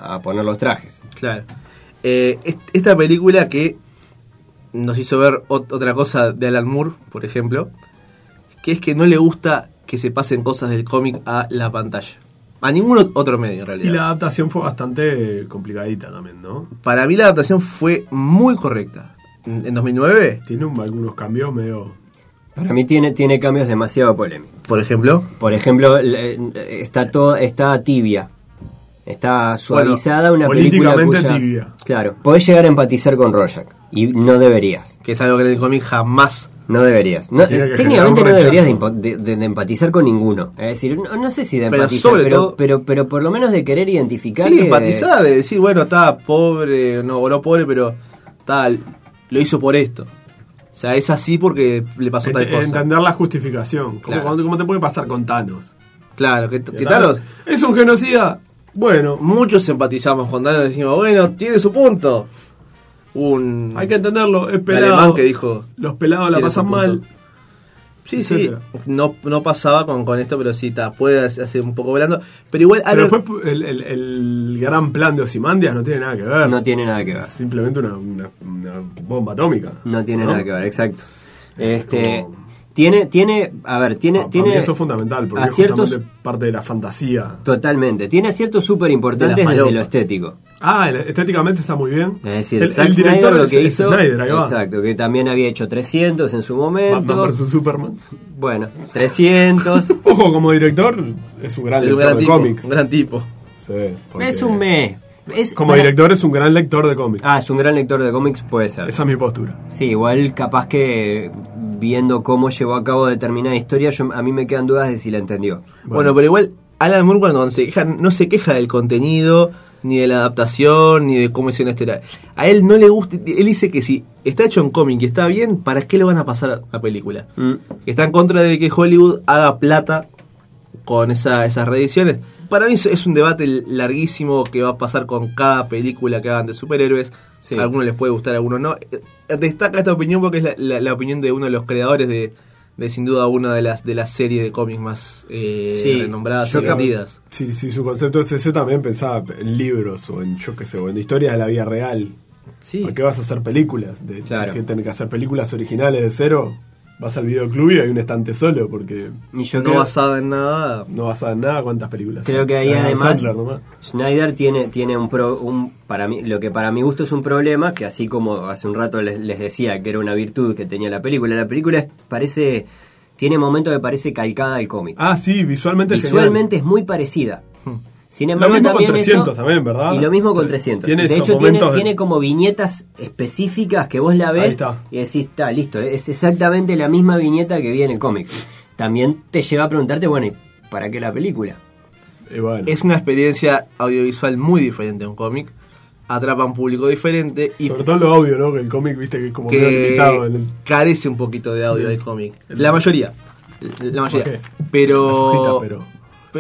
[SPEAKER 2] a poner los trajes.
[SPEAKER 3] Claro. Eh, est- esta película que nos hizo ver ot- otra cosa de Alan Moore, por ejemplo, que es que no le gusta que se pasen cosas del cómic a la pantalla. A ningún ot- otro medio, en
[SPEAKER 4] Y
[SPEAKER 3] realidad.
[SPEAKER 4] la adaptación fue bastante complicadita también, ¿no?
[SPEAKER 3] Para mí la adaptación fue muy correcta. En en 2009,
[SPEAKER 4] Tiene un- algunos cambios medio.
[SPEAKER 2] Para mí tiene, tiene cambios demasiado polémicos.
[SPEAKER 3] Por ejemplo.
[SPEAKER 2] Por ejemplo, le- está toda, está tibia. Está suavizada una película
[SPEAKER 4] políticamente
[SPEAKER 2] cuya-
[SPEAKER 4] tibia.
[SPEAKER 2] Claro, podés llegar a empatizar con Rojak y no deberías.
[SPEAKER 3] Que es algo que en el cómic jamás.
[SPEAKER 2] No deberías. No,
[SPEAKER 4] Tiene que generar un
[SPEAKER 2] técnicamente no deberías de,
[SPEAKER 4] rechazo.
[SPEAKER 2] impo- de- de- de empatizar con ninguno. Es decir, no, no sé si de
[SPEAKER 3] Pero
[SPEAKER 2] empatizar,
[SPEAKER 3] sobre
[SPEAKER 2] pero,
[SPEAKER 3] todo-
[SPEAKER 2] pero, pero por lo menos de querer identificar.
[SPEAKER 3] Sí,
[SPEAKER 2] que-
[SPEAKER 3] empatizada, de decir, bueno, está pobre, no, o no pobre, pero tal, lo hizo por esto. O sea, es así porque le pasó tal
[SPEAKER 4] Ent-
[SPEAKER 3] cosa.
[SPEAKER 4] entender la justificación. Como
[SPEAKER 3] Claro.
[SPEAKER 4] cuando- como te puede pasar con Thanos?
[SPEAKER 3] Claro, que, que
[SPEAKER 4] Thanos
[SPEAKER 3] Thanos,
[SPEAKER 4] es un genocida. Bueno,
[SPEAKER 3] muchos empatizamos con Thanos y decimos, bueno, tiene su punto. Un
[SPEAKER 4] hay que entenderlo. Es pelado.
[SPEAKER 3] alemán que dijo,
[SPEAKER 4] los pelados la
[SPEAKER 3] tiene su
[SPEAKER 4] pasan
[SPEAKER 3] punto.
[SPEAKER 4] mal.
[SPEAKER 3] Sí, sí,
[SPEAKER 4] etcétera.
[SPEAKER 3] no, no pasaba con, con esto, pero sí, ta, puede hacer un poco blando. Pero igual,
[SPEAKER 4] Pero
[SPEAKER 3] algo-
[SPEAKER 4] después el, el- el gran plan de Osimandias no tiene nada que ver.
[SPEAKER 2] No tiene nada que ver.
[SPEAKER 4] Es simplemente una, una- una bomba atómica.
[SPEAKER 2] No tiene nada que ver, exacto. Este,
[SPEAKER 4] como-
[SPEAKER 2] tiene, tiene, a ver, tiene, tiene.
[SPEAKER 4] eso es fundamental, porque es
[SPEAKER 2] aciertos-
[SPEAKER 4] justamente parte de la fantasía.
[SPEAKER 2] Totalmente. Tiene aciertos súper
[SPEAKER 3] De
[SPEAKER 2] importantes
[SPEAKER 3] la
[SPEAKER 2] desde
[SPEAKER 3] falopa.
[SPEAKER 2] lo estético.
[SPEAKER 4] Ah, el- estéticamente está muy bien.
[SPEAKER 2] Es decir,
[SPEAKER 4] el,
[SPEAKER 2] Zack
[SPEAKER 4] el
[SPEAKER 2] Snyder
[SPEAKER 4] director
[SPEAKER 2] lo
[SPEAKER 4] es-
[SPEAKER 2] que
[SPEAKER 4] es
[SPEAKER 2] hizo.
[SPEAKER 4] Snyder, ahí va.
[SPEAKER 2] exacto, que también había hecho 300 en su
[SPEAKER 4] Batman
[SPEAKER 2] momento.
[SPEAKER 4] vs Superman.
[SPEAKER 2] Bueno, 300.
[SPEAKER 4] Ojo, como director, es un gran
[SPEAKER 3] un
[SPEAKER 4] lector
[SPEAKER 3] gran
[SPEAKER 4] de
[SPEAKER 3] tipo,
[SPEAKER 4] cómics.
[SPEAKER 3] un gran tipo.
[SPEAKER 4] Sí, [LAUGHS] porque-
[SPEAKER 2] es un mes. Es
[SPEAKER 4] Como
[SPEAKER 2] para-
[SPEAKER 4] director, es un gran lector de cómics.
[SPEAKER 2] Ah, es un gran lector de cómics, puede ser.
[SPEAKER 4] Esa es mi postura.
[SPEAKER 2] Sí, igual capaz que viendo cómo llevó a cabo determinada historia, yo- a mí me quedan dudas de si la entendió.
[SPEAKER 3] Bueno, pero igual Alan Moore cuando se queja, no se queja del contenido, ni de la adaptación, ni de cómo hicieron este. A él no le gusta, él dice que si está hecho en cómic y está bien, ¿para qué lo van a pasar a película?
[SPEAKER 2] Mm.
[SPEAKER 3] Que está en contra de que Hollywood haga plata con esa- esas reediciones. Para mí es- es un debate larguísimo que va a pasar con cada película que hagan de superhéroes.
[SPEAKER 2] Sí.
[SPEAKER 3] A algunos les puede gustar, a algunos no. Eh, Destaca esta opinión porque es la, la- la opinión de uno de los creadores de, de, sin duda una de las de las series de cómics más eh,
[SPEAKER 2] Sí,
[SPEAKER 3] renombradas
[SPEAKER 2] yo
[SPEAKER 3] y
[SPEAKER 2] cap-
[SPEAKER 3] vendidas.
[SPEAKER 4] Si, si su concepto es ese, también pensaba en libros o en, yo qué sé, o en historias de la vida real.
[SPEAKER 3] Sí.
[SPEAKER 4] ¿Por qué vas a hacer películas? De,
[SPEAKER 2] Claro.
[SPEAKER 4] que tener que hacer películas originales de cero. Vas al videoclub y hay un estante solo porque
[SPEAKER 2] Y yo
[SPEAKER 3] no
[SPEAKER 2] creo,
[SPEAKER 3] basada en nada.
[SPEAKER 4] no vas a nada cuántas películas.
[SPEAKER 2] creo
[SPEAKER 4] hay.
[SPEAKER 2] que ahí
[SPEAKER 4] Adam
[SPEAKER 2] además
[SPEAKER 4] Sandler nomás.
[SPEAKER 2] Schneider tiene, tiene un, pro- un- para mí, lo que para mi gusto es un problema, que así como hace un rato les, les decía que era una virtud que tenía la película, la película es- parece, tiene momentos que parece calcada al cómic.
[SPEAKER 4] Ah, sí, visualmente es Hmm.
[SPEAKER 2] Visualmente es muy parecida. Sin
[SPEAKER 4] Lo
[SPEAKER 2] embargo,
[SPEAKER 4] mismo con
[SPEAKER 2] también
[SPEAKER 4] 300
[SPEAKER 2] eso-
[SPEAKER 4] también, ¿verdad?
[SPEAKER 2] Y lo mismo con
[SPEAKER 4] Tiene
[SPEAKER 2] 300.
[SPEAKER 4] esos
[SPEAKER 2] de hecho, tiene,
[SPEAKER 4] momentos de-
[SPEAKER 2] tiene como viñetas específicas que vos la
[SPEAKER 4] Ahí
[SPEAKER 2] ves
[SPEAKER 4] está.
[SPEAKER 2] y decís, está, listo, es exactamente la misma viñeta que vi en el cómic. También te lleva a preguntarte, bueno, ¿y para qué la película?
[SPEAKER 4] genial. Y bueno,
[SPEAKER 3] Es una experiencia audiovisual muy diferente a un cómic. Atrapa a un público diferente y
[SPEAKER 4] sobre todo lo audio, ¿no? Que el cómic, viste, que es como medio
[SPEAKER 3] que
[SPEAKER 4] limitado. en el-
[SPEAKER 2] Ah,
[SPEAKER 3] carece un poquito de audio del cómic.
[SPEAKER 4] El-
[SPEAKER 3] La mayoría. La mayoría.
[SPEAKER 4] Ok. Las hojitas,
[SPEAKER 3] Pero,
[SPEAKER 4] pero-
[SPEAKER 3] pero.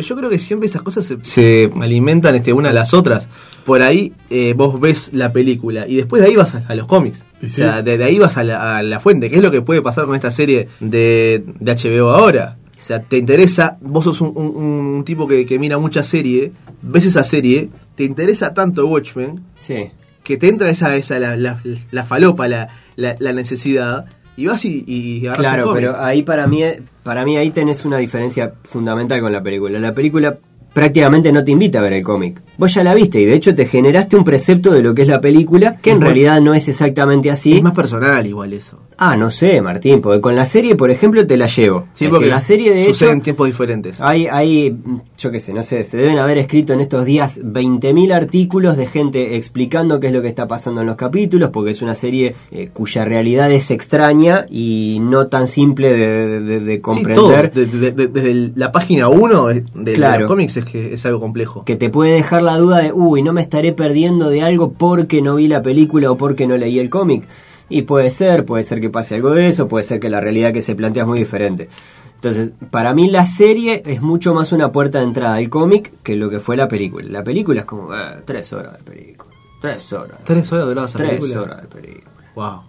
[SPEAKER 3] yo creo que siempre esas cosas se, se alimentan este, una a las otras. Por ahí eh, vos ves la película y después de ahí vas a, a los cómics.
[SPEAKER 4] Y
[SPEAKER 3] O sea,
[SPEAKER 4] sí.
[SPEAKER 3] de, de ahí vas a la, a la fuente, que es lo que puede pasar con esta serie de, de HBO ahora. O sea, te interesa, vos sos un, un- un tipo que, que mira mucha serie, ves esa serie, te interesa tanto Watchmen
[SPEAKER 2] Sí.
[SPEAKER 3] que te entra esa, esa la, la, la falopa, la, la, la necesidad, y vas y, y agarras un
[SPEAKER 2] Claro,
[SPEAKER 3] cómic.
[SPEAKER 2] pero ahí para mí, para mí ahí tenés una diferencia fundamental con la película. La película prácticamente no te invita a ver el cómic. Vos ya la viste y de hecho te generaste un precepto de lo que es la película, que en
[SPEAKER 3] Igual.
[SPEAKER 2] realidad no es exactamente así.
[SPEAKER 3] Es más personal igual eso.
[SPEAKER 2] Ah, no sé, Martín, porque con la serie, por ejemplo, te la llevo.
[SPEAKER 3] Sí,
[SPEAKER 2] Es
[SPEAKER 3] porque
[SPEAKER 2] decir, la serie de
[SPEAKER 3] sucede
[SPEAKER 2] hecho,
[SPEAKER 3] en tiempos diferentes.
[SPEAKER 2] hay, hay, yo qué sé, no sé, se deben haber escrito en estos días 20.000 artículos de gente explicando qué es lo que está pasando en los capítulos, porque es una serie eh, cuya realidad es extraña y no tan simple de, de- de
[SPEAKER 3] sí,
[SPEAKER 2] comprender.
[SPEAKER 3] todo. de- de- de- desde el- la página 1 de, de
[SPEAKER 2] Claro.
[SPEAKER 3] los cómics es que es algo complejo.
[SPEAKER 2] que te puede dejar la duda de, uy, no me estaré perdiendo de algo porque no vi la película o porque no leí el cómic. Y puede ser, puede ser que pase algo de eso, puede ser que la realidad que se plantea es muy diferente. Entonces, para mí la serie es mucho más una puerta de entrada al cómic que lo que fue la película. La película es como, "Ah, tres horas de película. Tres horas.
[SPEAKER 3] ¿Tres horas duraba esa
[SPEAKER 2] Tres
[SPEAKER 3] película?
[SPEAKER 2] horas de película.
[SPEAKER 3] Wow.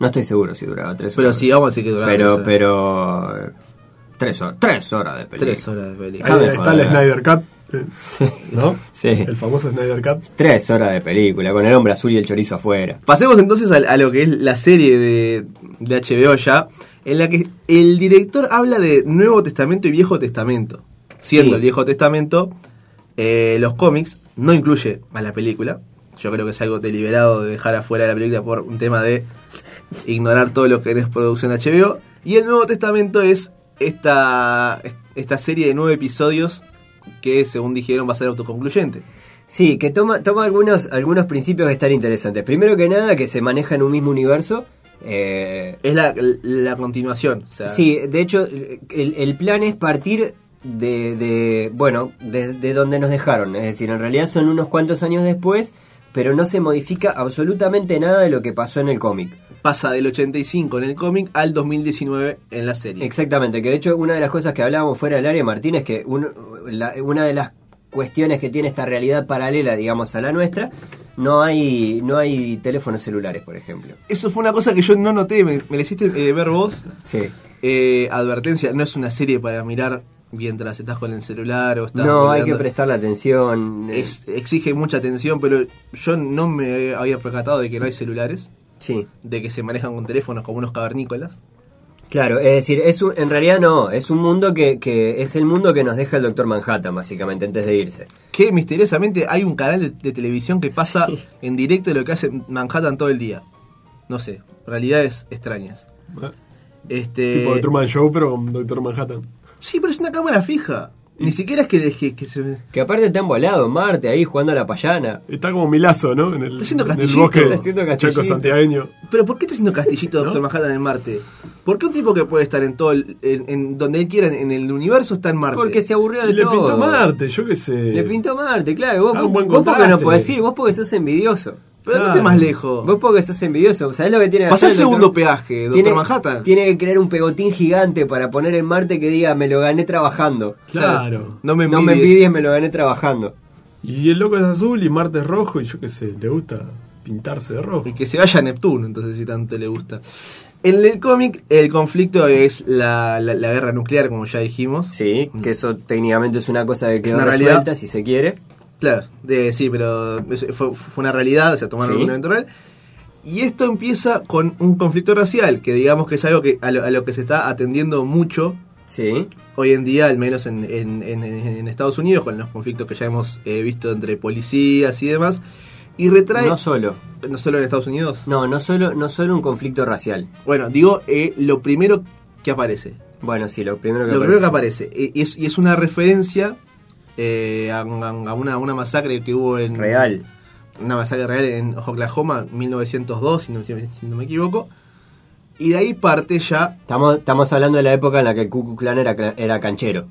[SPEAKER 2] No estoy seguro si duraba tres
[SPEAKER 3] Pero
[SPEAKER 2] horas.
[SPEAKER 3] sí, vamos a decir que duraba
[SPEAKER 2] Pero,
[SPEAKER 3] tres, horas.
[SPEAKER 2] pero... eh, Tres horas. Tres horas de película.
[SPEAKER 3] Tres horas de película.
[SPEAKER 4] Ahí
[SPEAKER 2] Déjame
[SPEAKER 4] está el
[SPEAKER 2] joder.
[SPEAKER 4] Snyder Cut, eh, ¿no?
[SPEAKER 2] Sí.
[SPEAKER 4] El famoso Snyder Cut.
[SPEAKER 2] Tres horas de película, con el hombre azul y el chorizo afuera.
[SPEAKER 3] Pasemos entonces a, a lo que es la serie de, de HBO ya, en la que el director habla de Nuevo Testamento y Viejo Testamento. Siendo
[SPEAKER 2] Sí.
[SPEAKER 3] el Viejo Testamento, eh, los cómics no incluye a la película. Yo creo que es algo deliberado de dejar afuera la película por un tema de ignorar todo lo que es producción de HBO. Y el Nuevo Testamento es esta, esta serie de nueve episodios que, según dijeron, va a ser autoconcluyente.
[SPEAKER 2] Sí, que toma, toma algunos, algunos principios que están interesantes. Primero que nada, que se maneja en un mismo universo. eh,
[SPEAKER 3] Es la, la continuación. o sea,
[SPEAKER 2] Sí, de hecho, el, el plan es partir de, de, bueno, de, de donde nos dejaron. Es decir, en realidad son unos cuantos años después, pero no se modifica absolutamente nada de lo que pasó en el cómic.
[SPEAKER 3] Pasa del 85 en el cómic al 2019 en la serie.
[SPEAKER 2] Exactamente, que de hecho una de las cosas que hablábamos fuera del área, Martín, es que un- la- una de las cuestiones que tiene esta realidad paralela, digamos, a la nuestra, no hay, no hay teléfonos celulares, por ejemplo.
[SPEAKER 3] Eso fue una cosa que yo no noté, me, me la hiciste eh, ver vos.
[SPEAKER 2] Sí.
[SPEAKER 3] Eh, advertencia, no es una serie para mirar mientras estás con el celular o estás...
[SPEAKER 2] No, hay que
[SPEAKER 3] mirando.
[SPEAKER 2] prestarle atención. eh,
[SPEAKER 3] Es- exige mucha atención, pero yo no me había percatado de que no hay celulares,
[SPEAKER 2] Sí.
[SPEAKER 3] de que se manejan con teléfonos como unos cavernícolas.
[SPEAKER 2] Claro, es decir, es un- en realidad no, es un mundo que, que es el mundo que nos deja el Doctor Manhattan, básicamente, antes de irse.
[SPEAKER 3] Que misteriosamente hay un canal de, de televisión que pasa en directo lo que hace Manhattan todo el día. No sé, realidades extrañas.
[SPEAKER 2] Eh.
[SPEAKER 3] Este,
[SPEAKER 4] Tipo de Truman Show, pero con Doctor Manhattan.
[SPEAKER 3] Sí, pero es una cámara fija. Ni siquiera es que, que- que se...
[SPEAKER 2] Que aparte te han volado en Marte ahí jugando a la payana.
[SPEAKER 4] Está como Milazo, ¿no? En el,
[SPEAKER 3] Está haciendo
[SPEAKER 4] en el
[SPEAKER 3] castillito.
[SPEAKER 4] bosque
[SPEAKER 3] Está
[SPEAKER 2] haciendo
[SPEAKER 4] chaco
[SPEAKER 2] castillito.
[SPEAKER 4] santiagueño.
[SPEAKER 3] Pero ¿por qué está
[SPEAKER 2] [LAUGHS]
[SPEAKER 3] haciendo castillito Doctor Manhattan en Marte? ¿Por qué un tipo que puede estar en todo el- en, en donde él quiera en el universo está en Marte?
[SPEAKER 2] Porque se aburrió de
[SPEAKER 4] Y le
[SPEAKER 2] todo.
[SPEAKER 4] pintó Marte, yo qué sé.
[SPEAKER 2] Le pintó Marte, claro. Vos,
[SPEAKER 4] Ah,
[SPEAKER 2] vos-
[SPEAKER 4] un buen
[SPEAKER 2] vos porque no
[SPEAKER 4] contraste.
[SPEAKER 2] podés ir, vos porque sos envidioso.
[SPEAKER 3] Pero no
[SPEAKER 4] Claro.
[SPEAKER 3] esté más lejos.
[SPEAKER 2] Vos porque sos envidioso. ¿Sabés lo que tiene que
[SPEAKER 3] Pasá
[SPEAKER 2] hacer
[SPEAKER 3] el segundo peaje, Doctor
[SPEAKER 2] Tiene-
[SPEAKER 3] Manhattan.
[SPEAKER 2] Tiene que crear un pegotín gigante para poner en Marte que diga, me lo gané trabajando.
[SPEAKER 4] Claro.
[SPEAKER 3] No me
[SPEAKER 2] no me
[SPEAKER 3] envidies.
[SPEAKER 2] envidies, me lo gané trabajando.
[SPEAKER 4] Y el loco es azul y Marte es rojo y yo qué sé, le gusta pintarse de rojo.
[SPEAKER 3] Y que se vaya a Neptuno, entonces si tanto le gusta. En el cómic el conflicto es la, la- la guerra nuclear, como ya dijimos.
[SPEAKER 2] Sí, que eso técnicamente es una cosa que quedó
[SPEAKER 3] Mm. una
[SPEAKER 2] resuelta,
[SPEAKER 3] realidad.
[SPEAKER 2] si se quiere.
[SPEAKER 3] Claro, de- sí, pero es- fue, fue una realidad, o sea, tomaron
[SPEAKER 2] Sí.
[SPEAKER 3] un evento real. Y esto empieza con un conflicto racial, que digamos que es algo que a lo, a lo que se está atendiendo mucho
[SPEAKER 2] Sí.
[SPEAKER 3] hoy en día, al menos en, en- en- en Estados Unidos, con los conflictos que ya hemos eh, visto entre policías y demás. Y retrae,
[SPEAKER 2] No solo.
[SPEAKER 3] no solo en Estados Unidos,
[SPEAKER 2] No, no solo, no solo un conflicto racial.
[SPEAKER 3] Bueno, digo eh, lo primero que aparece.
[SPEAKER 2] Bueno, sí, lo primero que
[SPEAKER 3] Lo primero que aparece. Eh, Y es, y es una referencia eh, a, un- a una, a una masacre que hubo en.
[SPEAKER 2] Real.
[SPEAKER 3] Una masacre real en Oklahoma, 1902, si no, si no- si no me equivoco. Y de ahí parte ya.
[SPEAKER 2] Estamos, estamos hablando de la época en la que el Ku Klux Klan era, cla- era canchero.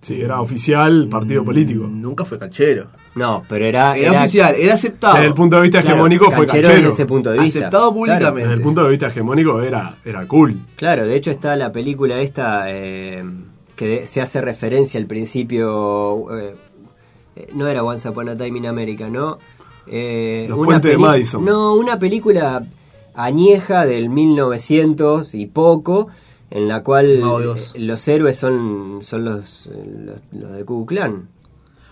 [SPEAKER 4] Sí, era oficial, partido
[SPEAKER 3] Mm,
[SPEAKER 4] político.
[SPEAKER 3] Nunca fue canchero.
[SPEAKER 2] No, pero Ah, era...
[SPEAKER 3] Era, oficial, Este era aceptado.
[SPEAKER 4] Desde el punto de vista
[SPEAKER 2] claro,
[SPEAKER 4] hegemónico fue
[SPEAKER 2] canchero
[SPEAKER 4] canchero.
[SPEAKER 2] desde ese punto de vista.
[SPEAKER 3] Aceptado
[SPEAKER 2] Claro,
[SPEAKER 3] públicamente.
[SPEAKER 4] Desde el punto de vista hegemónico era, era cool.
[SPEAKER 2] Claro, de hecho está la película esta eh, que de- se hace referencia al principio. eh, eh, no era Once Upon a Time in America, ¿no? Eh,
[SPEAKER 4] Los puentes de
[SPEAKER 2] peli-
[SPEAKER 4] Madison.
[SPEAKER 2] No, una película añeja del 1900 y poco, en la cual
[SPEAKER 3] No, Dios.
[SPEAKER 2] eh, los héroes son, son los, eh, los, los de Ku Klux Klan.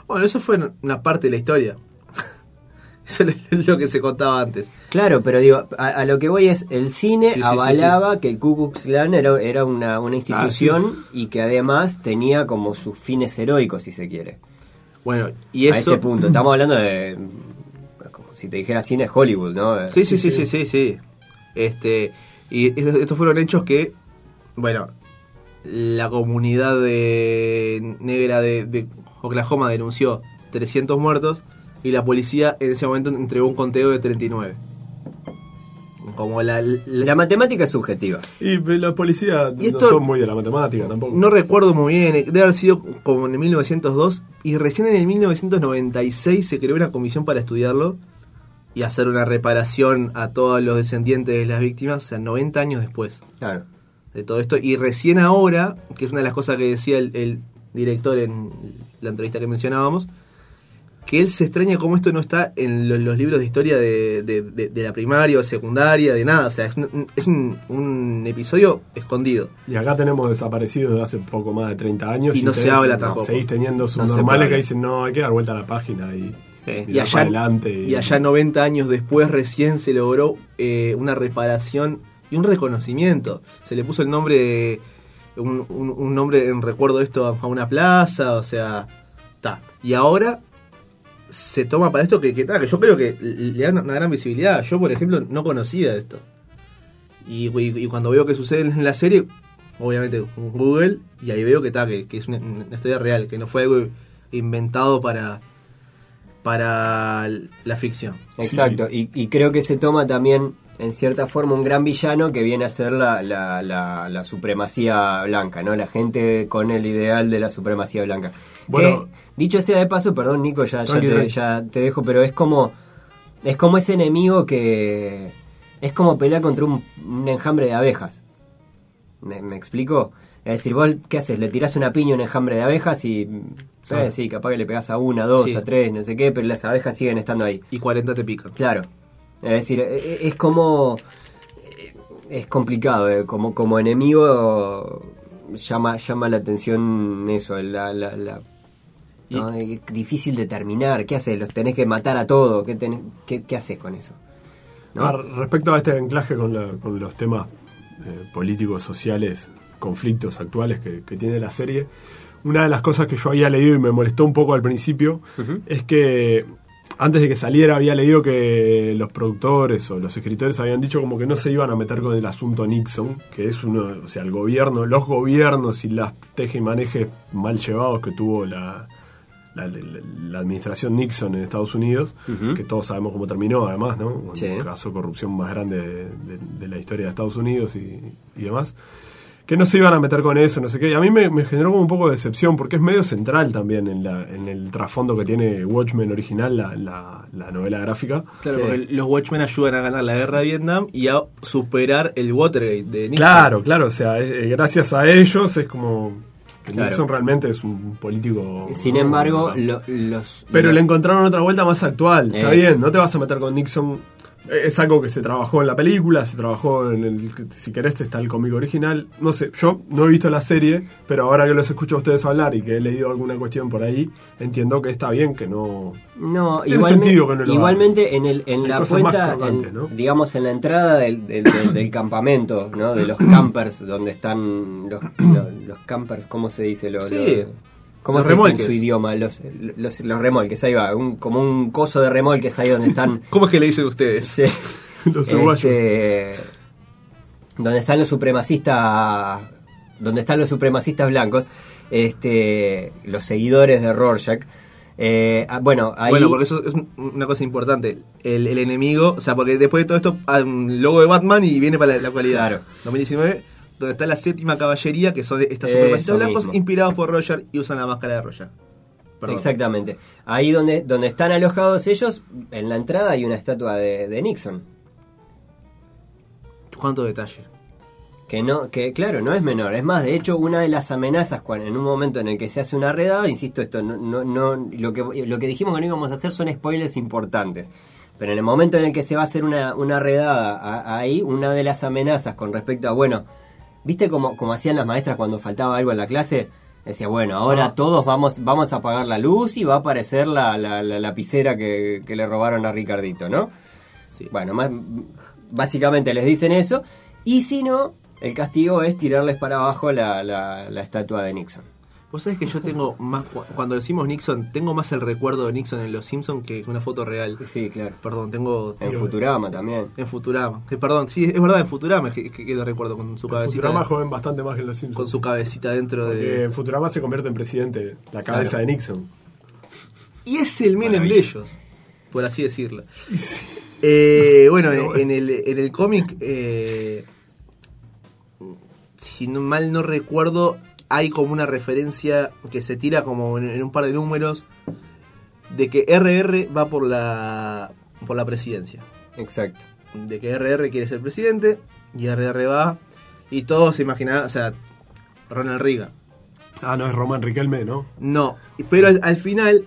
[SPEAKER 3] Bueno, eso fue una parte de la historia. [LAUGHS] eso es lo que se contaba antes.
[SPEAKER 2] Claro, pero digo, a, a lo que voy es, el cine
[SPEAKER 3] Sí, sí, sí,
[SPEAKER 2] avalaba que el Ku Klux Klan era, era una, una institución
[SPEAKER 4] Ah,
[SPEAKER 2] y que además tenía como sus fines heroicos, si se quiere.
[SPEAKER 3] Bueno, y eso.
[SPEAKER 2] A ese punto, estamos hablando de, como si te dijera cine Hollywood, ¿no?
[SPEAKER 3] Sí, sí, sí, sí, sí, sí. Este, y estos, estos fueron hechos que, bueno, la comunidad de negra de, de Oklahoma denunció 300 muertos y la policía en ese momento entregó un conteo de 39. Como la... la-
[SPEAKER 2] La matemática es subjetiva.
[SPEAKER 4] Y pues, la policía
[SPEAKER 3] Y esto-
[SPEAKER 4] no son muy de la matemática tampoco.
[SPEAKER 3] no recuerdo muy bien, eh, debe haber sido como en 1902 y recién en el 1996 se creó una comisión para estudiarlo y hacer una reparación a todos los descendientes de las víctimas, o sea, 90 años después.
[SPEAKER 2] Claro.
[SPEAKER 3] de todo esto. Y recién ahora, que es una de las cosas que decía el, el director en la entrevista que mencionábamos, que él se extraña cómo esto no está en lo- los, libros de historia de, de- de- de la primaria o secundaria, de nada. O sea, es un, es un- un episodio escondido.
[SPEAKER 4] Y acá tenemos desaparecidos de hace poco más de 30 años.
[SPEAKER 3] Y no se
[SPEAKER 4] tenés-
[SPEAKER 3] habla tampoco.
[SPEAKER 4] Seguís teniendo sus
[SPEAKER 2] No se
[SPEAKER 4] normales
[SPEAKER 2] habla.
[SPEAKER 4] que dicen, no, hay que dar vuelta a la página y,
[SPEAKER 2] Sí.
[SPEAKER 4] y
[SPEAKER 3] Y
[SPEAKER 4] dar
[SPEAKER 3] allá-
[SPEAKER 4] para adelante.
[SPEAKER 3] Y allá 90 años después recién se logró eh, una reparación y un reconocimiento. Se le puso el nombre, de- un, un- un nombre en recuerdo de esto a una plaza, o sea, ta. Y ahora se toma para esto que, que, ta, que yo creo que le da una, una gran visibilidad. Yo, por ejemplo, no conocía esto. Y, y- y cuando veo que sucede en la serie, obviamente Google, y ahí veo que, está que, que es una, una historia real, que no fue algo inventado para, para la ficción.
[SPEAKER 2] Exacto, y, y creo que se toma también, en cierta forma, un gran villano que viene a ser la, la, la- la supremacía blanca, ¿no? La gente con el ideal de la supremacía blanca.
[SPEAKER 4] Bueno.
[SPEAKER 2] Que, dicho sea de paso, perdón Nico, ya, ya,
[SPEAKER 4] Tranqui,
[SPEAKER 2] te,
[SPEAKER 4] tranqui.
[SPEAKER 2] ya te dejo, pero es como, es como ese enemigo que... Es como pelear contra un, un enjambre de abejas. ¿Me, me explico? Es decir, vos, ¿qué haces? Le tirás una piña a un enjambre de abejas y... eh,
[SPEAKER 3] Claro.
[SPEAKER 2] sí, capaz que le pegás a una, a dos,
[SPEAKER 3] Sí.
[SPEAKER 2] a tres, no sé qué, pero las abejas siguen estando ahí.
[SPEAKER 3] Y 40 te pican.
[SPEAKER 2] Claro. Es decir, e- e- es como. Es complicado, eh, como, como enemigo llama, llama la atención eso, la. la- la-
[SPEAKER 3] Y-
[SPEAKER 2] ¿no? Es difícil determinar, ¿qué haces? ¿Los tenés que matar a todos? ¿Qué, tenés- qué, qué haces con eso? ¿No?
[SPEAKER 4] Ah, respecto a este anclaje con, la- con los temas eh, políticos, sociales, conflictos actuales que, que tiene la serie, una de las cosas que yo había leído y me molestó un poco al principio es que antes de que saliera había leído que los productores o los escritores habían dicho como que no se iban a meter con el asunto Nixon, que es uno, o sea, el gobierno, los gobiernos y las teje y manejes mal llevados que tuvo la, la, la- la administración Nixon en Estados Unidos, que todos sabemos cómo terminó además, ¿no? Un
[SPEAKER 2] Sí.
[SPEAKER 4] caso de corrupción más grande de, de- de la historia de Estados Unidos y, y demás. Que no se iban a meter con eso, no sé qué. Y a mí me, me generó como un poco de decepción, porque es medio central también en, la- en el trasfondo que tiene Watchmen original, la, la- la novela gráfica.
[SPEAKER 3] Claro,
[SPEAKER 2] Sí.
[SPEAKER 3] porque los Watchmen ayudan a ganar la guerra de Vietnam y a superar el Watergate de Nixon.
[SPEAKER 4] Claro, claro, o sea, eh, eh, gracias a ellos es como... que
[SPEAKER 2] Claro.
[SPEAKER 4] Nixon realmente es un político...
[SPEAKER 2] Sin
[SPEAKER 4] ¿no?
[SPEAKER 2] embargo,
[SPEAKER 4] Ajá.
[SPEAKER 2] lo- los.
[SPEAKER 4] Pero
[SPEAKER 2] los-
[SPEAKER 4] le encontraron otra vuelta más actual. Está
[SPEAKER 2] Es.
[SPEAKER 4] bien, no te vas a meter con Nixon. Eh, Es algo que se trabajó en la película, se trabajó en el. Si querés, está el cómic original. No sé, yo no he visto la serie, pero ahora que los escucho a ustedes hablar y que he leído alguna cuestión por ahí, entiendo que está bien que no.
[SPEAKER 2] No,
[SPEAKER 4] Tiene
[SPEAKER 2] igualmente,
[SPEAKER 4] sentido que no lo
[SPEAKER 2] igualmente en, el, en
[SPEAKER 4] Hay
[SPEAKER 2] la
[SPEAKER 4] cosas más
[SPEAKER 2] puerta,
[SPEAKER 4] crocantes,
[SPEAKER 2] en-
[SPEAKER 4] ¿no?
[SPEAKER 2] digamos en la entrada del, del- del- del campamento, ¿no? de los campers, donde están los, los, los campers, ¿cómo se dice? Los,
[SPEAKER 3] Sí,
[SPEAKER 2] los- ¿Cómo
[SPEAKER 3] los
[SPEAKER 2] se dice en
[SPEAKER 3] remolques.
[SPEAKER 2] su idioma? Los, los, los remolques, ahí va, un- como un coso de remolques ahí donde
[SPEAKER 4] [LAUGHS]
[SPEAKER 2] están...
[SPEAKER 3] ¿Cómo es que le dicen ustedes?
[SPEAKER 2] sí,
[SPEAKER 4] Los uruguayos.
[SPEAKER 2] este, donde están los supremacistas donde están los supremacistas blancos este los seguidores de Rorschach eh, ah, bueno ahí
[SPEAKER 3] Bueno, porque eso es un- una cosa importante. El, el enemigo, o sea, porque después de todo esto, ah, un logo de Batman y viene para la, la actualidad.
[SPEAKER 2] Claro.
[SPEAKER 3] 2019, donde está la séptima caballería, que son estas
[SPEAKER 2] Eso
[SPEAKER 3] supermacistas blancos
[SPEAKER 2] mismo.
[SPEAKER 3] inspirados por Roger y usan la máscara de Roger. Perdón.
[SPEAKER 2] Exactamente. Ahí donde, donde están alojados ellos, en la entrada hay una estatua de, de Nixon.
[SPEAKER 3] Cuánto detalle.
[SPEAKER 2] Que, no, que claro, no es menor. Es más, de hecho, una de las amenazas cuando, en un momento en el que se hace una redada, insisto, esto no, no, no- lo, que, lo que dijimos que no íbamos a hacer son spoilers importantes. Pero en el momento en el que se va a hacer una, una redada a- ahí, una de las amenazas con respecto a, bueno, ¿viste cómo, cómo hacían las maestras cuando faltaba algo en la clase? Decía, bueno, ahora todos vamos, vamos a apagar la luz y va a aparecer la, la- la lapicera que, que le robaron a Ricardito, ¿no? Bueno, más, básicamente les dicen eso. Y si no, el castigo es tirarles para abajo la, la- la estatua de Nixon.
[SPEAKER 3] Vos sabés que yo tengo más. cu- Cuando decimos Nixon, tengo más el recuerdo de Nixon en Los Simpsons que una foto real.
[SPEAKER 2] Sí, claro.
[SPEAKER 3] Perdón, tengo.
[SPEAKER 2] En Futurama también.
[SPEAKER 3] En Futurama. Que, perdón, sí, es verdad, en Futurama es que, que- que lo recuerdo con su
[SPEAKER 4] En
[SPEAKER 3] cabecita.
[SPEAKER 4] Futurama joven bastante más que en los Simpsons.
[SPEAKER 3] con su cabecita dentro
[SPEAKER 4] Porque
[SPEAKER 3] de.
[SPEAKER 4] en Futurama se convierte en presidente, la cabeza
[SPEAKER 2] Claro.
[SPEAKER 4] de Nixon.
[SPEAKER 3] Y es el Menem de
[SPEAKER 2] Maravilla.
[SPEAKER 3] ellos, por así
[SPEAKER 4] [LAUGHS]
[SPEAKER 3] decirlo. Eh, bueno,
[SPEAKER 4] Pero
[SPEAKER 3] en,
[SPEAKER 4] bueno.
[SPEAKER 3] en el, en el cómic, eh, si no, mal no recuerdo, hay como una referencia que se tira como en, en un par de números de que RR va por la, por la presidencia.
[SPEAKER 2] Exacto.
[SPEAKER 3] de que RR quiere ser presidente y RR va y todos se imaginaban, o sea, Ronald Reagan.
[SPEAKER 4] Ah, no, es Román Riquelme, ¿no?
[SPEAKER 3] No, pero al, al final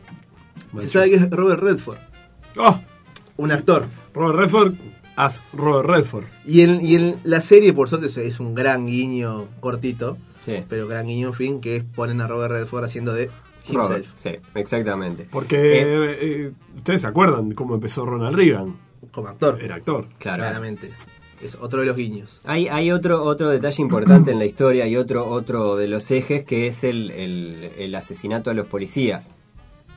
[SPEAKER 4] Macho.
[SPEAKER 3] se sabe que es Robert Redford,
[SPEAKER 4] ¡Oh!
[SPEAKER 3] un actor.
[SPEAKER 4] Robert Redford, as Robert Redford.
[SPEAKER 3] Y en, y en la serie, por suerte, es- es un gran guiño cortito,
[SPEAKER 2] Sí.
[SPEAKER 3] pero gran guiño en fin, que es ponen a Robert Redford haciendo de himself.
[SPEAKER 2] Robert, sí, exactamente.
[SPEAKER 4] Porque
[SPEAKER 2] Eh,
[SPEAKER 4] eh, ustedes se acuerdan cómo empezó Ronald Reagan.
[SPEAKER 3] como actor,
[SPEAKER 4] Era actor.
[SPEAKER 2] claro.
[SPEAKER 3] claramente. Es otro de los guiños.
[SPEAKER 2] Hay, hay otro, otro detalle importante en la historia y otro, otro de los ejes que es el, el- el asesinato a los policías.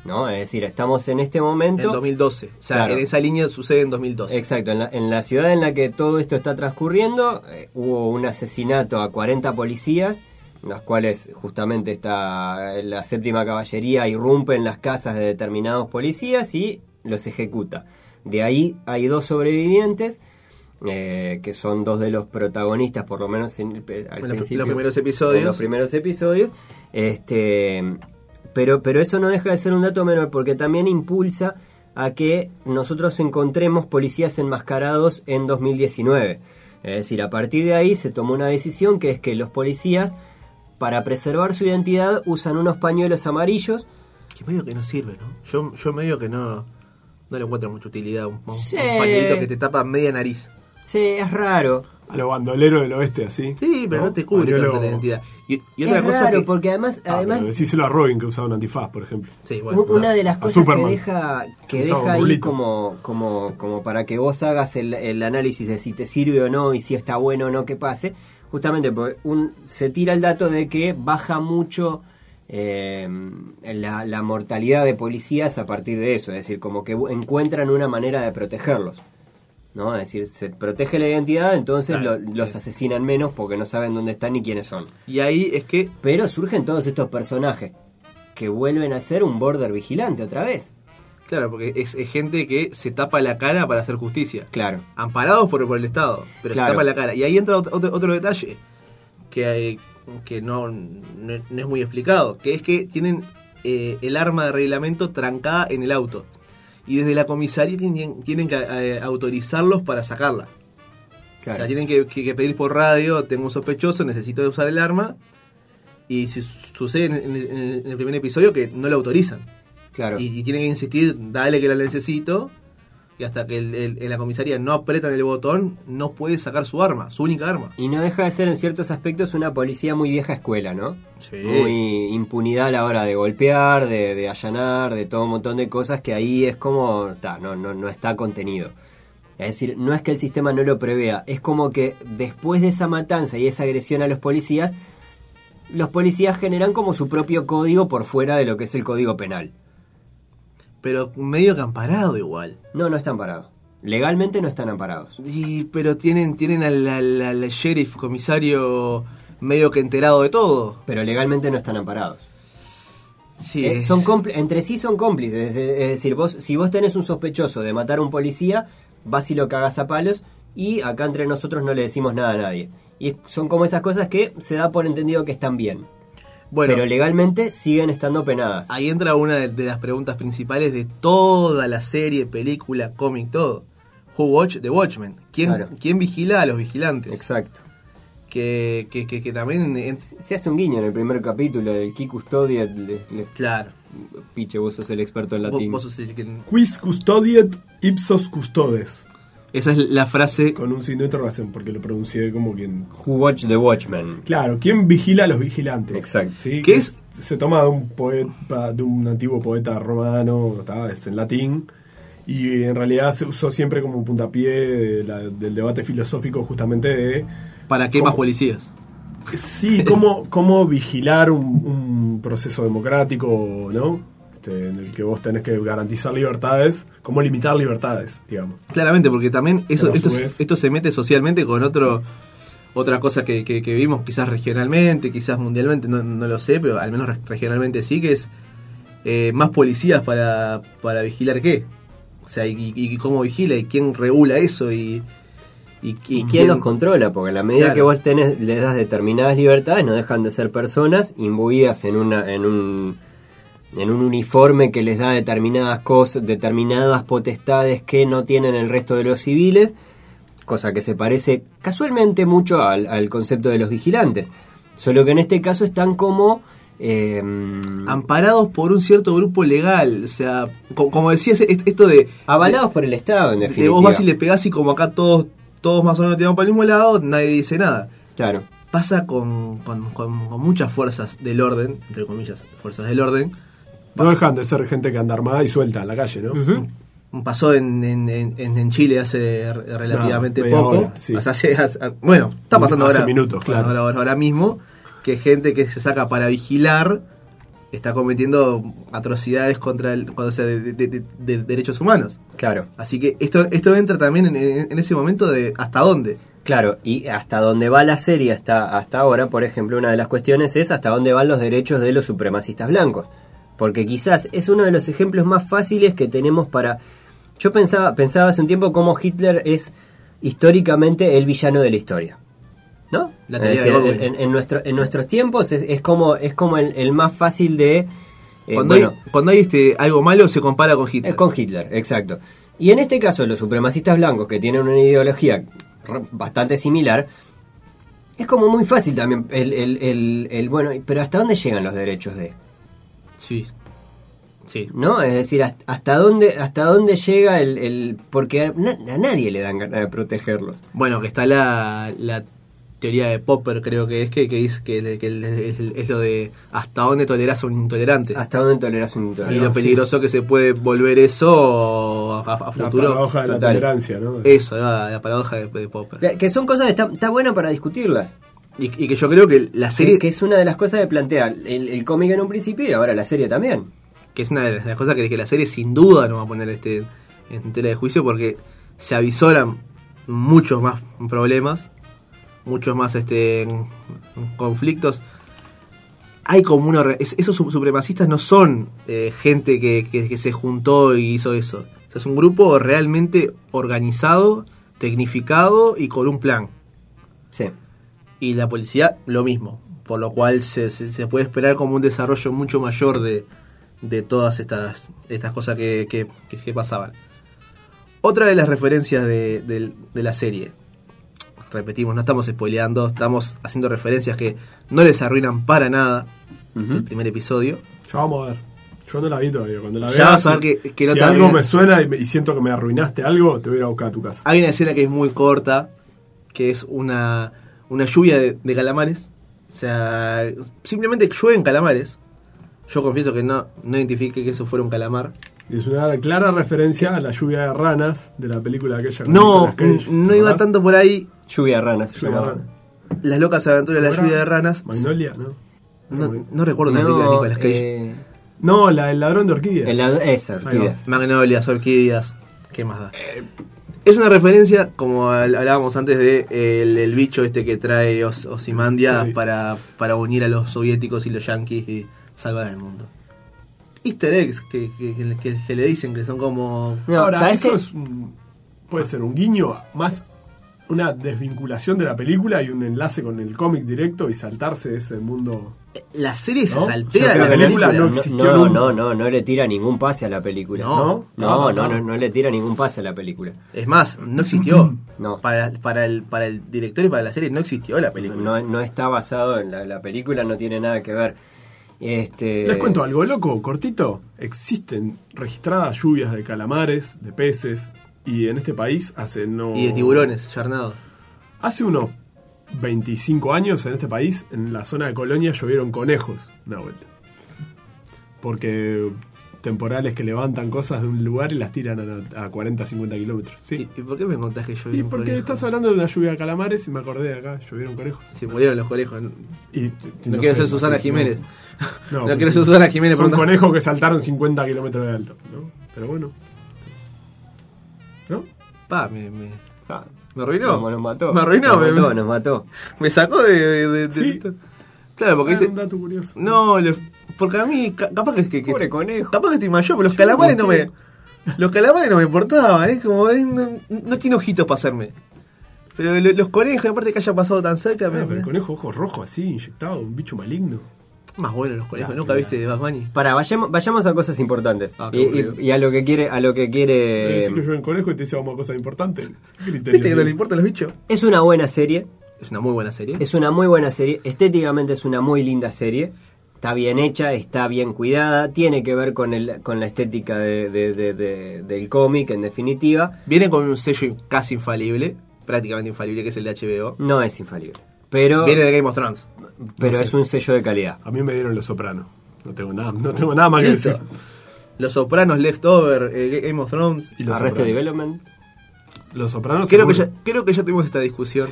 [SPEAKER 2] ¿no? Es decir, estamos en este momento...
[SPEAKER 3] En 2012. O sea,
[SPEAKER 2] Claro.
[SPEAKER 3] en esa línea sucede en 2012.
[SPEAKER 2] Exacto, en la, en la ciudad en la que todo esto está transcurriendo eh, hubo un asesinato a 40 policías, las cuales justamente está eh, la séptima caballería irrumpe en las casas de determinados policías y los ejecuta. De ahí hay dos sobrevivientes, eh, que son dos de los protagonistas, por lo menos en, el pe- al
[SPEAKER 3] En los-
[SPEAKER 2] principio,
[SPEAKER 3] los primeros
[SPEAKER 2] en los
[SPEAKER 3] episodios.
[SPEAKER 2] primeros episodios. Este, pero, pero eso no deja de ser un dato menor porque también impulsa a que nosotros encontremos policías enmascarados en 2019. Es decir, a partir de ahí se tomó una decisión que es que los policías, para preservar su identidad, usan unos pañuelos amarillos.
[SPEAKER 3] Que medio que no sirve, ¿no? Yo, yo medio que no, no le encuentro mucha utilidad a un, a un-
[SPEAKER 2] Sí.
[SPEAKER 3] un pañuelito que te tapa media nariz.
[SPEAKER 2] Sí, es raro.
[SPEAKER 4] A lo bandolero del oeste, así.
[SPEAKER 3] Sí, pero no, te cubre
[SPEAKER 4] Pañuelo-
[SPEAKER 3] tanto la identidad. Y, y
[SPEAKER 2] es
[SPEAKER 3] otra cosa
[SPEAKER 2] raro
[SPEAKER 3] que-
[SPEAKER 2] porque además,
[SPEAKER 4] Ah,
[SPEAKER 2] además
[SPEAKER 4] pero decíselo a Robin que usaba un antifaz, por ejemplo.
[SPEAKER 3] Sí, bueno,
[SPEAKER 2] U- una
[SPEAKER 3] no.
[SPEAKER 2] de las
[SPEAKER 4] A
[SPEAKER 2] cosas que
[SPEAKER 4] Superman.
[SPEAKER 2] deja, que
[SPEAKER 4] Usaba
[SPEAKER 2] deja ahí
[SPEAKER 4] burlito.
[SPEAKER 2] como, como, como para que vos hagas el, el análisis de si te sirve o no y si está bueno o no que pase, justamente porque un, se tira el dato de que baja mucho eh, la, la mortalidad de policías a partir de eso, es decir, como que bu- encuentran una manera de protegerlos. ¿no? Es decir, se protege la identidad, entonces
[SPEAKER 3] Claro,
[SPEAKER 2] lo- los
[SPEAKER 3] sí.
[SPEAKER 2] asesinan menos porque no saben dónde están ni quiénes son.
[SPEAKER 3] Y ahí es que
[SPEAKER 2] Pero surgen todos estos personajes que vuelven a ser un border vigilante otra vez.
[SPEAKER 3] Claro, porque es, es gente que se tapa la cara para hacer justicia.
[SPEAKER 2] Claro.
[SPEAKER 3] Amparados por, por el Estado, pero
[SPEAKER 2] Claro.
[SPEAKER 3] se tapa la cara. Y ahí entra ot- otro, otro detalle que, eh, que no, no- no es muy explicado, que es que tienen eh, el arma de reglamento trancada en el auto. Y desde la comisaría tienen, tienen que eh, autorizarlos para sacarla.
[SPEAKER 2] claro.
[SPEAKER 3] O sea, tienen que, que- que pedir por radio, tengo un sospechoso, necesito usar el arma. Y si su- sucede en, en el- en el primer episodio que no lo autorizan.
[SPEAKER 2] claro.
[SPEAKER 3] Y, y tiene que insistir, dale que la necesito. Y hasta que el- el- en la comisaría no apretan el botón, no puede sacar su arma, su única arma.
[SPEAKER 2] Y no deja de ser en ciertos aspectos una policía muy vieja escuela, ¿no?
[SPEAKER 3] Sí.
[SPEAKER 2] Muy impunidad a la hora de golpear, de, de allanar, de todo un montón de cosas que ahí es como, ta, no, no, no está contenido. Es decir, no es que el sistema no lo prevea, es como que después de esa matanza y esa agresión a los policías, los policías generan como su propio código por fuera de lo que es el código penal.
[SPEAKER 3] Pero medio que amparado igual.
[SPEAKER 2] No, no están parados. Legalmente no están amparados.
[SPEAKER 3] Y, pero tienen, tienen al, al- al sheriff, comisario, medio que enterado de todo.
[SPEAKER 2] Pero legalmente no están amparados.
[SPEAKER 3] Sí,
[SPEAKER 2] Eh,
[SPEAKER 3] es-
[SPEAKER 2] son compl- entre sí son cómplices. Es, de- es decir, vos, si vos tenés un sospechoso de matar a un policía, vas y lo cagas a palos. Y acá entre nosotros no le decimos nada a nadie. Y es- son como esas cosas que se da por entendido que están bien.
[SPEAKER 3] bueno,
[SPEAKER 2] pero legalmente siguen estando penadas.
[SPEAKER 3] ahí entra una de, de las preguntas principales de toda la serie, película, cómic, todo. Who Watch the Watchmen. ¿Quién,
[SPEAKER 2] Claro.
[SPEAKER 3] ¿quién vigila a los vigilantes?
[SPEAKER 2] Exacto.
[SPEAKER 3] Que, que, que, que también en-
[SPEAKER 2] Se hace un guiño en el primer capítulo del Key Custodia. le- le-
[SPEAKER 3] Claro.
[SPEAKER 2] piche, vos sos el experto en
[SPEAKER 3] Vos,
[SPEAKER 2] latín.
[SPEAKER 3] vos sos el que-
[SPEAKER 4] Quis custodiet ipsos custodes.
[SPEAKER 3] Esa es la frase.
[SPEAKER 4] Con un signo de interrogación, porque lo pronuncié como quien.
[SPEAKER 2] Who watch the Watchmen.
[SPEAKER 4] Claro, ¿quién vigila a los vigilantes?
[SPEAKER 2] Exacto.
[SPEAKER 4] ¿Sí?
[SPEAKER 3] ¿Qué
[SPEAKER 4] Que
[SPEAKER 3] es?
[SPEAKER 4] Se toma de un poeta, de un antiguo poeta romano, está, es en latín, y en realidad se usó siempre como un puntapié de la- del debate filosófico justamente de
[SPEAKER 3] ¿Para qué
[SPEAKER 4] ¿Cómo?
[SPEAKER 3] más policías?
[SPEAKER 4] Sí, cómo, cómo vigilar un, un proceso democrático, ¿no? Este, en el que vos tenés que garantizar libertades, cómo limitar libertades, digamos.
[SPEAKER 3] Claramente, porque también eso,
[SPEAKER 4] Pero a
[SPEAKER 3] esto,
[SPEAKER 4] su
[SPEAKER 3] se-
[SPEAKER 4] vez-
[SPEAKER 3] esto se mete socialmente con otro otra cosa que, que- que vimos, quizás regionalmente, quizás mundialmente, no, no lo sé, pero al menos re- regionalmente sí, que es eh, más policías para, para vigilar qué. O sea, y, y- y cómo vigila y quién regula eso y, y,
[SPEAKER 2] ¿Y quién los controla? Porque a la medida
[SPEAKER 3] Claro.
[SPEAKER 2] que vos tenés, les das determinadas libertades, no dejan de ser personas imbuidas en una, en un en un uniforme que les da determinadas cosas, determinadas potestades que no tienen el resto de los civiles, cosa que se parece casualmente mucho al, al concepto de los vigilantes. Solo que en este caso están como eh,
[SPEAKER 3] amparados por un cierto grupo legal. O sea, co- como decías, es- esto de...
[SPEAKER 2] avalados por el Estado, en
[SPEAKER 3] de
[SPEAKER 2] definitiva.
[SPEAKER 3] vos vas y le pegás y como acá todos, todos más o menos tiramos para el mismo lado, nadie dice nada.
[SPEAKER 2] Claro.
[SPEAKER 3] Pasa con, con- con- con muchas fuerzas del orden, entre comillas, fuerzas del orden.
[SPEAKER 4] No dejan de ser gente que anda armada y suelta en la calle, ¿no?
[SPEAKER 3] Pasó en, en- en- en Chile hace re- relativamente
[SPEAKER 4] No, Ah, media
[SPEAKER 3] poco.
[SPEAKER 4] hora, sí.
[SPEAKER 3] O sea, hace- hace- bueno, está pasando
[SPEAKER 4] Hace
[SPEAKER 3] ahora.
[SPEAKER 4] minutos, claro.
[SPEAKER 3] ahora, ahora- ahora mismo. Que gente que se saca para vigilar está cometiendo atrocidades contra el, o sea, de, de- de- de derechos humanos.
[SPEAKER 2] Claro,
[SPEAKER 3] Así que esto, esto entra también en, en- en ese momento de hasta dónde.
[SPEAKER 2] claro. Y hasta donde va la serie hasta, hasta ahora, por ejemplo, una de las cuestiones es hasta dónde van los derechos de los supremacistas blancos. Porque quizás es uno de los ejemplos más fáciles que tenemos para... Yo pensaba, pensaba hace un tiempo cómo Hitler es históricamente el villano de la historia. ¿No?
[SPEAKER 3] La teoría
[SPEAKER 2] Es decir,
[SPEAKER 3] de Godwin.
[SPEAKER 2] en, en nuestro, en nuestros tiempos es, es como, es como el, el más fácil de... eh,
[SPEAKER 3] cuando
[SPEAKER 2] bueno,
[SPEAKER 3] hay, cuando hay este, algo malo se compara con Hitler.
[SPEAKER 2] Es Eh, con Hitler, exacto. Y en este caso, los supremacistas blancos que tienen una ideología r- bastante similar, es como muy fácil también el, el- el- el- bueno, pero ¿hasta dónde llegan los derechos de?
[SPEAKER 3] Sí. Sí.
[SPEAKER 2] ¿No? Es decir, hasta, hasta dónde, hasta dónde llega el, el- porque a, na- a nadie le dan ganas de protegerlos.
[SPEAKER 3] Bueno, que está la, la teoría de Popper, creo que es, que, que dice que, que el- el- es lo de hasta dónde toleras a un intolerante.
[SPEAKER 2] ¿Hasta dónde toleras un
[SPEAKER 3] y
[SPEAKER 2] intolerante?
[SPEAKER 3] lo peligroso que se puede volver eso a, a
[SPEAKER 4] La
[SPEAKER 3] futuro. Eh,
[SPEAKER 4] paradoja de la
[SPEAKER 2] Total.
[SPEAKER 4] tolerancia, ¿no?
[SPEAKER 3] Eso, la, la paradoja de, de Popper.
[SPEAKER 2] Que son cosas que está, está bueno para discutirlas.
[SPEAKER 3] Y, y que yo creo que la
[SPEAKER 2] Que-
[SPEAKER 3] serie,
[SPEAKER 2] Que
[SPEAKER 3] que,
[SPEAKER 2] es una de las cosas que plantea el, el cómic en un principio y ahora la serie también.
[SPEAKER 3] es una de las, de las cosas que, que la serie sin duda no va a poner este en tela de juicio porque se avisoran muchos más problemas, muchos más este conflictos. Hay como una... re- es- esos su- supremacistas no son eh, gente que, que- que se juntó y hizo eso. O sea, es un grupo realmente organizado, tecnificado y con un plan.
[SPEAKER 2] Sí.
[SPEAKER 3] y la policía lo mismo. Por lo cual se, se- se puede esperar como un desarrollo mucho mayor de, de todas estas, estas cosas que, que- que- que pasaban. Otra de las referencias de, del- de la serie. Repetimos, no estamos spoileando, estamos haciendo referencias que no les arruinan para nada el primer episodio.
[SPEAKER 4] Ya vamos a ver. Yo no la vi todavía. Cuando la
[SPEAKER 3] Ya
[SPEAKER 4] vea,
[SPEAKER 3] vas a ver
[SPEAKER 4] si-
[SPEAKER 3] que- que no
[SPEAKER 4] si
[SPEAKER 3] te
[SPEAKER 4] algo
[SPEAKER 3] arruinas.
[SPEAKER 4] me suena y, me- y siento que me arruinaste algo, te voy a ir a buscar a tu casa.
[SPEAKER 3] Hay una escena que es muy corta, que es una, una lluvia de, de calamares. O sea, simplemente llueven calamares. Yo confieso que no, no identifique que eso fuera un calamar.
[SPEAKER 4] Y es una clara referencia a la lluvia de ranas de la película aquella. con
[SPEAKER 3] No,
[SPEAKER 4] Nicolas Cage,
[SPEAKER 3] n- no iba
[SPEAKER 4] ¿verdad?
[SPEAKER 3] tanto por ahí.
[SPEAKER 2] Lluvia de ranas. se
[SPEAKER 4] Lluvia de
[SPEAKER 2] llamaba.
[SPEAKER 4] ranas.
[SPEAKER 3] Las locas aventuras de la
[SPEAKER 4] ¿Cómo era?
[SPEAKER 3] lluvia de ranas.
[SPEAKER 4] Magnolia, ¿no?
[SPEAKER 3] No, no recuerdo la película de
[SPEAKER 2] No,
[SPEAKER 3] Nicolas Cage.
[SPEAKER 2] eh,
[SPEAKER 4] No, la del ladrón de orquídeas.
[SPEAKER 2] El lado- esa,
[SPEAKER 4] va.
[SPEAKER 2] orquídeas.
[SPEAKER 3] Magnolias, orquídeas. ¿Qué más da? Es una referencia, como al- hablábamos antes, de eh, el, el bicho este que trae Os, Osimandia
[SPEAKER 4] Sí.
[SPEAKER 3] para, para unir a los soviéticos y los yanquis y salvar al mundo. Easter eggs que, que- que- que- que le dicen que son como.
[SPEAKER 2] No,
[SPEAKER 4] Ahora,
[SPEAKER 2] ¿sabes
[SPEAKER 4] eso
[SPEAKER 2] qué?
[SPEAKER 4] es un- puede ser un guiño más una desvinculación de la película y un enlace con el cómic directo y saltarse ese mundo.
[SPEAKER 3] La serie se
[SPEAKER 4] ¿No?
[SPEAKER 3] saltea
[SPEAKER 4] O
[SPEAKER 3] de
[SPEAKER 4] sea, que
[SPEAKER 3] la
[SPEAKER 4] la película
[SPEAKER 3] película.
[SPEAKER 4] no existió
[SPEAKER 2] no,
[SPEAKER 4] nunca.
[SPEAKER 2] no, no, no le tira ningún pase a la película.
[SPEAKER 3] No.
[SPEAKER 2] No, no, no,
[SPEAKER 4] no.
[SPEAKER 2] no le tira ningún pase a la película.
[SPEAKER 3] Es más, no
[SPEAKER 4] [CLEARS THROAT]
[SPEAKER 3] existió.
[SPEAKER 2] No.
[SPEAKER 3] Para, para, el, para el director y para la serie no existió la película.
[SPEAKER 2] No, no está basado en la, la película, no tiene nada que ver.
[SPEAKER 3] Eh,
[SPEAKER 2] Este,
[SPEAKER 4] Les cuento algo loco, cortito. Existen registradas lluvias de calamares, de peces, y en este país hace no.
[SPEAKER 3] Y de tiburones, charnado.
[SPEAKER 4] Hace unos 25 años en este país, en la zona de Colonia, llovieron conejos una vuelta. Porque temporales que levantan cosas de un lugar y las tiran a, a 40, 50 kilómetros. Sí.
[SPEAKER 3] ¿Y, y por qué me contás que yo vi
[SPEAKER 4] Y
[SPEAKER 3] un
[SPEAKER 4] porque
[SPEAKER 3] conejo?
[SPEAKER 4] estás hablando de una lluvia de calamares y me acordé de acá, llovieron conejos.
[SPEAKER 3] Se murieron los conejos. No,
[SPEAKER 4] Y,
[SPEAKER 3] no quiero ser Susana Jiménez. No,
[SPEAKER 4] porque
[SPEAKER 3] quiero ser Susana Jiménez.
[SPEAKER 4] Son
[SPEAKER 3] perdón.
[SPEAKER 4] conejos que saltaron 50 kilómetros de alto, ¿no? Pero bueno. ¿No?
[SPEAKER 3] Pa, me, me,
[SPEAKER 2] Ah,
[SPEAKER 3] me arruinó.
[SPEAKER 2] como nos mató.
[SPEAKER 3] Me arruinó,
[SPEAKER 2] nos
[SPEAKER 3] me,
[SPEAKER 2] mató,
[SPEAKER 3] me-
[SPEAKER 2] nos mató.
[SPEAKER 3] me sacó de... de- de- de-
[SPEAKER 4] Sí.
[SPEAKER 3] Claro, porque...
[SPEAKER 4] Ah,
[SPEAKER 3] este-
[SPEAKER 4] un dato curioso.
[SPEAKER 3] no, los- porque a mí... ca- Capaz que... que, que-
[SPEAKER 2] Pobre conejo.
[SPEAKER 3] Capaz que estoy mayor, pero los calamares no me...
[SPEAKER 4] gusté.
[SPEAKER 3] Los calamares no me importaban, es como... eh, no, no tiene ojitos para hacerme. Pero lo- los conejos, aparte que haya pasado tan cerca...
[SPEAKER 4] Ah,
[SPEAKER 3] me-
[SPEAKER 4] pero el
[SPEAKER 3] me-
[SPEAKER 4] conejo ojos rojos así, inyectado, un bicho maligno.
[SPEAKER 3] Más bueno los conejos,
[SPEAKER 4] Ah,
[SPEAKER 3] ¿nunca
[SPEAKER 4] mira.
[SPEAKER 3] viste de Bad Bunny?
[SPEAKER 2] Para, vayamos, vayamos a cosas importantes.
[SPEAKER 3] Ah, qué
[SPEAKER 2] y, y-
[SPEAKER 3] aburrido.
[SPEAKER 2] y a lo que quiere, a lo que
[SPEAKER 4] Voy a
[SPEAKER 2] quiere.
[SPEAKER 4] decir que yo el conejo y te dice vamos a
[SPEAKER 3] [LAUGHS]
[SPEAKER 4] cosas importantes. ¿Qué criterio
[SPEAKER 3] Eh, ¿Viste que no le
[SPEAKER 4] tiene?
[SPEAKER 3] importan los bichos?
[SPEAKER 2] Es una buena serie.
[SPEAKER 3] Es una muy buena serie.
[SPEAKER 2] Es una muy buena serie, estéticamente es una muy linda serie. Está bien hecha, está bien cuidada, tiene que ver con, el, con la estética de- de- de- de- del cómic en definitiva.
[SPEAKER 3] Viene con un sello casi infalible, prácticamente infalible, que es el de HBO.
[SPEAKER 2] No es infalible, pero,
[SPEAKER 3] Viene de Game of Thrones.
[SPEAKER 2] pero
[SPEAKER 4] sé.
[SPEAKER 2] es un sello de calidad.
[SPEAKER 4] A mí me dieron los sopranos. No tengo nada, no tengo nada más que
[SPEAKER 3] Listo.
[SPEAKER 4] decir.
[SPEAKER 3] Los Sopranos, Leftover, eh, Game of Thrones.
[SPEAKER 4] Y los
[SPEAKER 2] Arreste
[SPEAKER 4] sopranos.
[SPEAKER 2] Development.
[SPEAKER 4] Los sopranos
[SPEAKER 3] Creo que, ya,
[SPEAKER 4] seguro.
[SPEAKER 3] creo que ya tuvimos esta discusión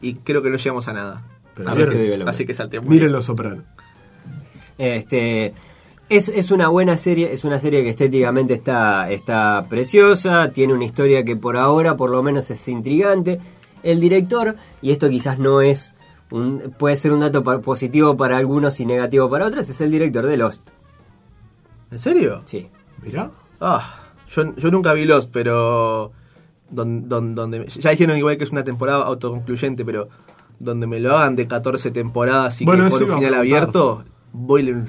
[SPEAKER 3] y creo que no llegamos a nada.
[SPEAKER 4] Pero
[SPEAKER 3] Así que-
[SPEAKER 2] Development.
[SPEAKER 3] pues, así que saltemos.
[SPEAKER 4] Miren los sopranos.
[SPEAKER 2] Este, es, es una buena serie, es una serie que estéticamente está, está preciosa, tiene una historia que por ahora por lo menos es intrigante. El director, y esto quizás no es un, puede ser un dato pa- positivo para algunos y negativo para otros, es el director de Lost.
[SPEAKER 3] ¿En serio?
[SPEAKER 2] Sí.
[SPEAKER 4] Mirá.
[SPEAKER 3] Ah, yo, yo nunca vi Lost, pero. Don, don- donde, ya dijeron igual que es una temporada autoconcluyente, pero donde me lo hagan de 14 temporadas y
[SPEAKER 4] Bueno,
[SPEAKER 3] que
[SPEAKER 4] eso
[SPEAKER 3] con un
[SPEAKER 4] iba a
[SPEAKER 3] final
[SPEAKER 4] preguntar.
[SPEAKER 3] abierto, voy. le-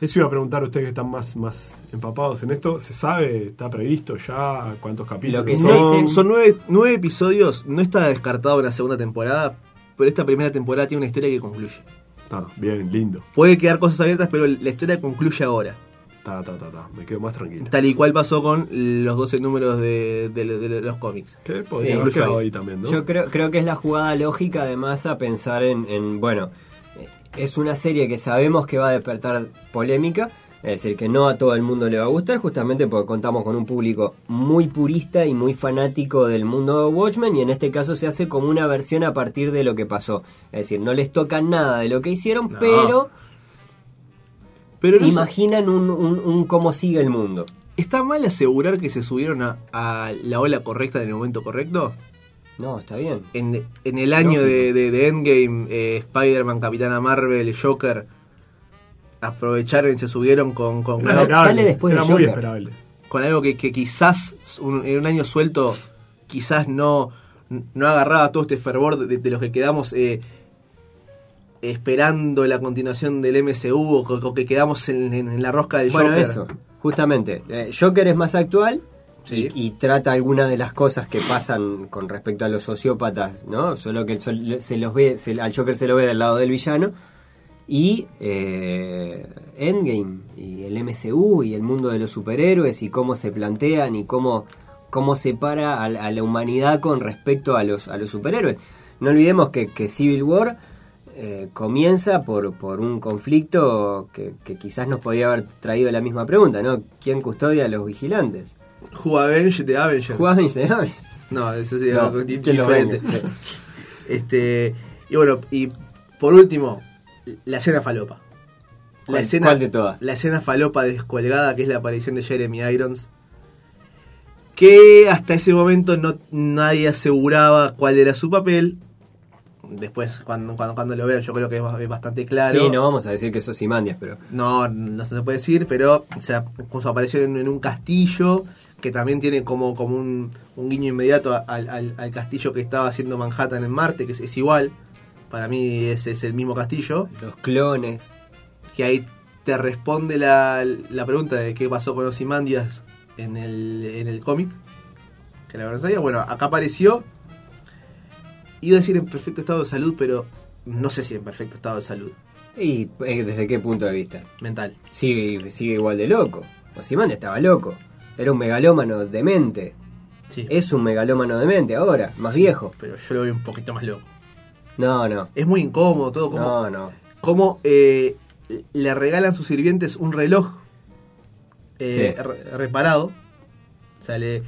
[SPEAKER 4] Eso iba a preguntar a ustedes que están más, más empapados en esto. ¿Se sabe? ¿Está previsto ya? ¿Cuántos capítulos?
[SPEAKER 2] Lo que
[SPEAKER 4] son?
[SPEAKER 2] se
[SPEAKER 3] Son, son nueve, nueve episodios, no está descartado una segunda temporada, pero esta primera temporada tiene una historia que concluye.
[SPEAKER 4] Está, Ah, bien, lindo.
[SPEAKER 3] Puede quedar cosas abiertas, pero la historia concluye ahora.
[SPEAKER 4] Está, está, está, está. Me quedo más tranquilo.
[SPEAKER 3] Tal y cual pasó con los 12 números de, de- de los cómics.
[SPEAKER 4] Que podría
[SPEAKER 2] Sí.
[SPEAKER 4] haber quedado
[SPEAKER 3] Incluyo ahí.
[SPEAKER 4] ahí también, ¿no?
[SPEAKER 2] Yo creo, creo que es la jugada lógica de Massa pensar en, en, bueno, eh, es una serie que sabemos que va a despertar polémica, es decir, que no a todo el mundo le va a gustar, justamente porque contamos con un público muy purista y muy fanático del mundo de Watchmen, y en este caso se hace como una versión a partir de lo que pasó. Es decir, no les toca nada de lo que hicieron,
[SPEAKER 3] No.
[SPEAKER 2] pero
[SPEAKER 3] Pero no sé-
[SPEAKER 2] imaginan un, un- un cómo sigue el mundo.
[SPEAKER 3] ¿Está mal asegurar que se subieron a, a la ola correcta en el momento correcto?
[SPEAKER 2] No, está bien.
[SPEAKER 3] En, en el año de, de- de Endgame, eh, Spider-Man, Capitana Marvel, Joker aprovecharon y se subieron con, con,
[SPEAKER 2] Sale-
[SPEAKER 4] Era
[SPEAKER 3] con,
[SPEAKER 4] esperable,
[SPEAKER 2] sale después de
[SPEAKER 4] Era muy
[SPEAKER 2] Joker.
[SPEAKER 4] esperable.
[SPEAKER 3] con algo que, que quizás un- en un año suelto quizás no, no agarraba todo este fervor de, de los que quedamos eh, esperando la continuación del MCU o, que- o que quedamos en, en- en la rosca del
[SPEAKER 2] Bueno,
[SPEAKER 3] Joker.
[SPEAKER 2] eso, justamente. Eh, Joker es más actual
[SPEAKER 3] Sí.
[SPEAKER 2] y, y trata algunas de las cosas que pasan con respecto a los sociópatas, ¿no? Solo que el sol- se los ve, se- al Joker se lo ve del lado del villano. Y eh, Endgame, y el MCU, y el mundo de los superhéroes, y cómo se plantean, y cómo, cómo separa a, la- a la humanidad con respecto a los, a los superhéroes. No olvidemos que, que Civil War eh, comienza por, por un conflicto que, que quizás nos podía haber traído la misma pregunta, ¿no? ¿Quién custodia a los vigilantes?
[SPEAKER 3] Who Avenged the Avengers.
[SPEAKER 2] Juan Einstein.
[SPEAKER 3] No, eso sí,
[SPEAKER 2] No,
[SPEAKER 3] algo di-
[SPEAKER 2] que lo
[SPEAKER 3] diferente.
[SPEAKER 2] venga.
[SPEAKER 3] este, y bueno, y por último, la escena falopa. La
[SPEAKER 2] ¿Cuál-
[SPEAKER 3] escena,
[SPEAKER 2] cuál de todas?
[SPEAKER 3] La escena falopa descolgada, que es la aparición de Jeremy Irons. Que hasta ese momento no, nadie aseguraba cuál era su papel. Después, cuando, cuando, cuando lo vean, yo creo que es ba- es bastante claro.
[SPEAKER 2] Sí, no vamos a decir que sos Simandias, pero...
[SPEAKER 3] No, no se puede decir, pero o sea, con su aparición en, en un castillo, que también tiene como, como un, un guiño inmediato a- al, al- al castillo que estaba haciendo Manhattan en Marte, que es, es igual, para mí es, es el mismo castillo,
[SPEAKER 2] Los clones.
[SPEAKER 3] que ahí te responde la, la pregunta de qué pasó con los Imandias en el, en el cómic, que la verdad no sabía. Bueno, acá apareció, iba a decir en perfecto estado de salud, pero no sé si en perfecto estado de salud
[SPEAKER 2] ¿Y eh, desde qué punto de vista?
[SPEAKER 3] mental.
[SPEAKER 2] Sigue, sigue igual de loco. Ozymandias estaba loco. Era un megalómano demente.
[SPEAKER 3] Sí.
[SPEAKER 2] Es un megalómano demente ahora, más viejo.
[SPEAKER 3] Eh, Pero yo lo veo un poquito más loco.
[SPEAKER 2] No, no.
[SPEAKER 3] Es muy incómodo todo, como,
[SPEAKER 2] No, no.
[SPEAKER 3] como eh, le regalan sus sirvientes un reloj eh,
[SPEAKER 2] Sí.
[SPEAKER 3] re- reparado. O sea, le-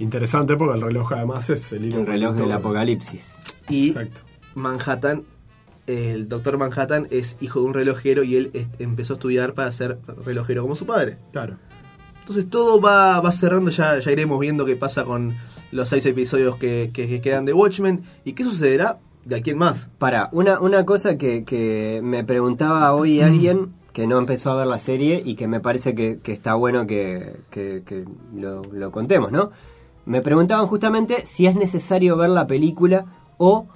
[SPEAKER 4] Interesante porque el reloj además es el hilo.
[SPEAKER 2] Un reloj del
[SPEAKER 4] conductor.
[SPEAKER 2] apocalipsis.
[SPEAKER 3] y
[SPEAKER 4] Exacto.
[SPEAKER 3] Manhattan, el doctor Manhattan es hijo de un relojero y él es- empezó a estudiar para ser relojero como su padre.
[SPEAKER 4] Claro.
[SPEAKER 3] Entonces todo va, va cerrando, ya, ya iremos viendo qué pasa con los seis episodios que, que- que quedan de Watchmen y qué sucederá de aquí en más.
[SPEAKER 2] Para, una, una cosa que, que me preguntaba hoy
[SPEAKER 3] Mm.
[SPEAKER 2] alguien que no empezó a ver la serie y que me parece que, que está bueno que, que- que lo, lo contemos, ¿no? Me preguntaban justamente si es necesario ver la película o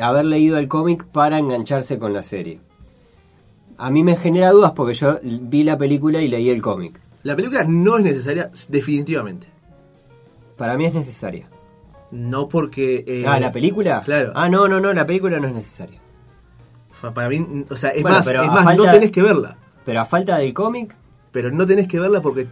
[SPEAKER 2] haber leído el cómic para engancharse con la serie. A mí me genera dudas porque yo vi la película y leí el cómic.
[SPEAKER 3] La película no es necesaria, definitivamente.
[SPEAKER 2] Para mí es necesaria.
[SPEAKER 3] No porque... eh,
[SPEAKER 2] ah, ¿la película?
[SPEAKER 3] Claro.
[SPEAKER 2] Ah, no, no, no, la película no es necesaria.
[SPEAKER 3] Fa- Para mí, o sea, es
[SPEAKER 2] Bueno,
[SPEAKER 3] más,
[SPEAKER 2] pero
[SPEAKER 3] es
[SPEAKER 2] a
[SPEAKER 3] más no
[SPEAKER 2] falta-
[SPEAKER 3] tenés que verla.
[SPEAKER 2] Pero a falta del cómic,
[SPEAKER 3] Pero no tenés que verla porque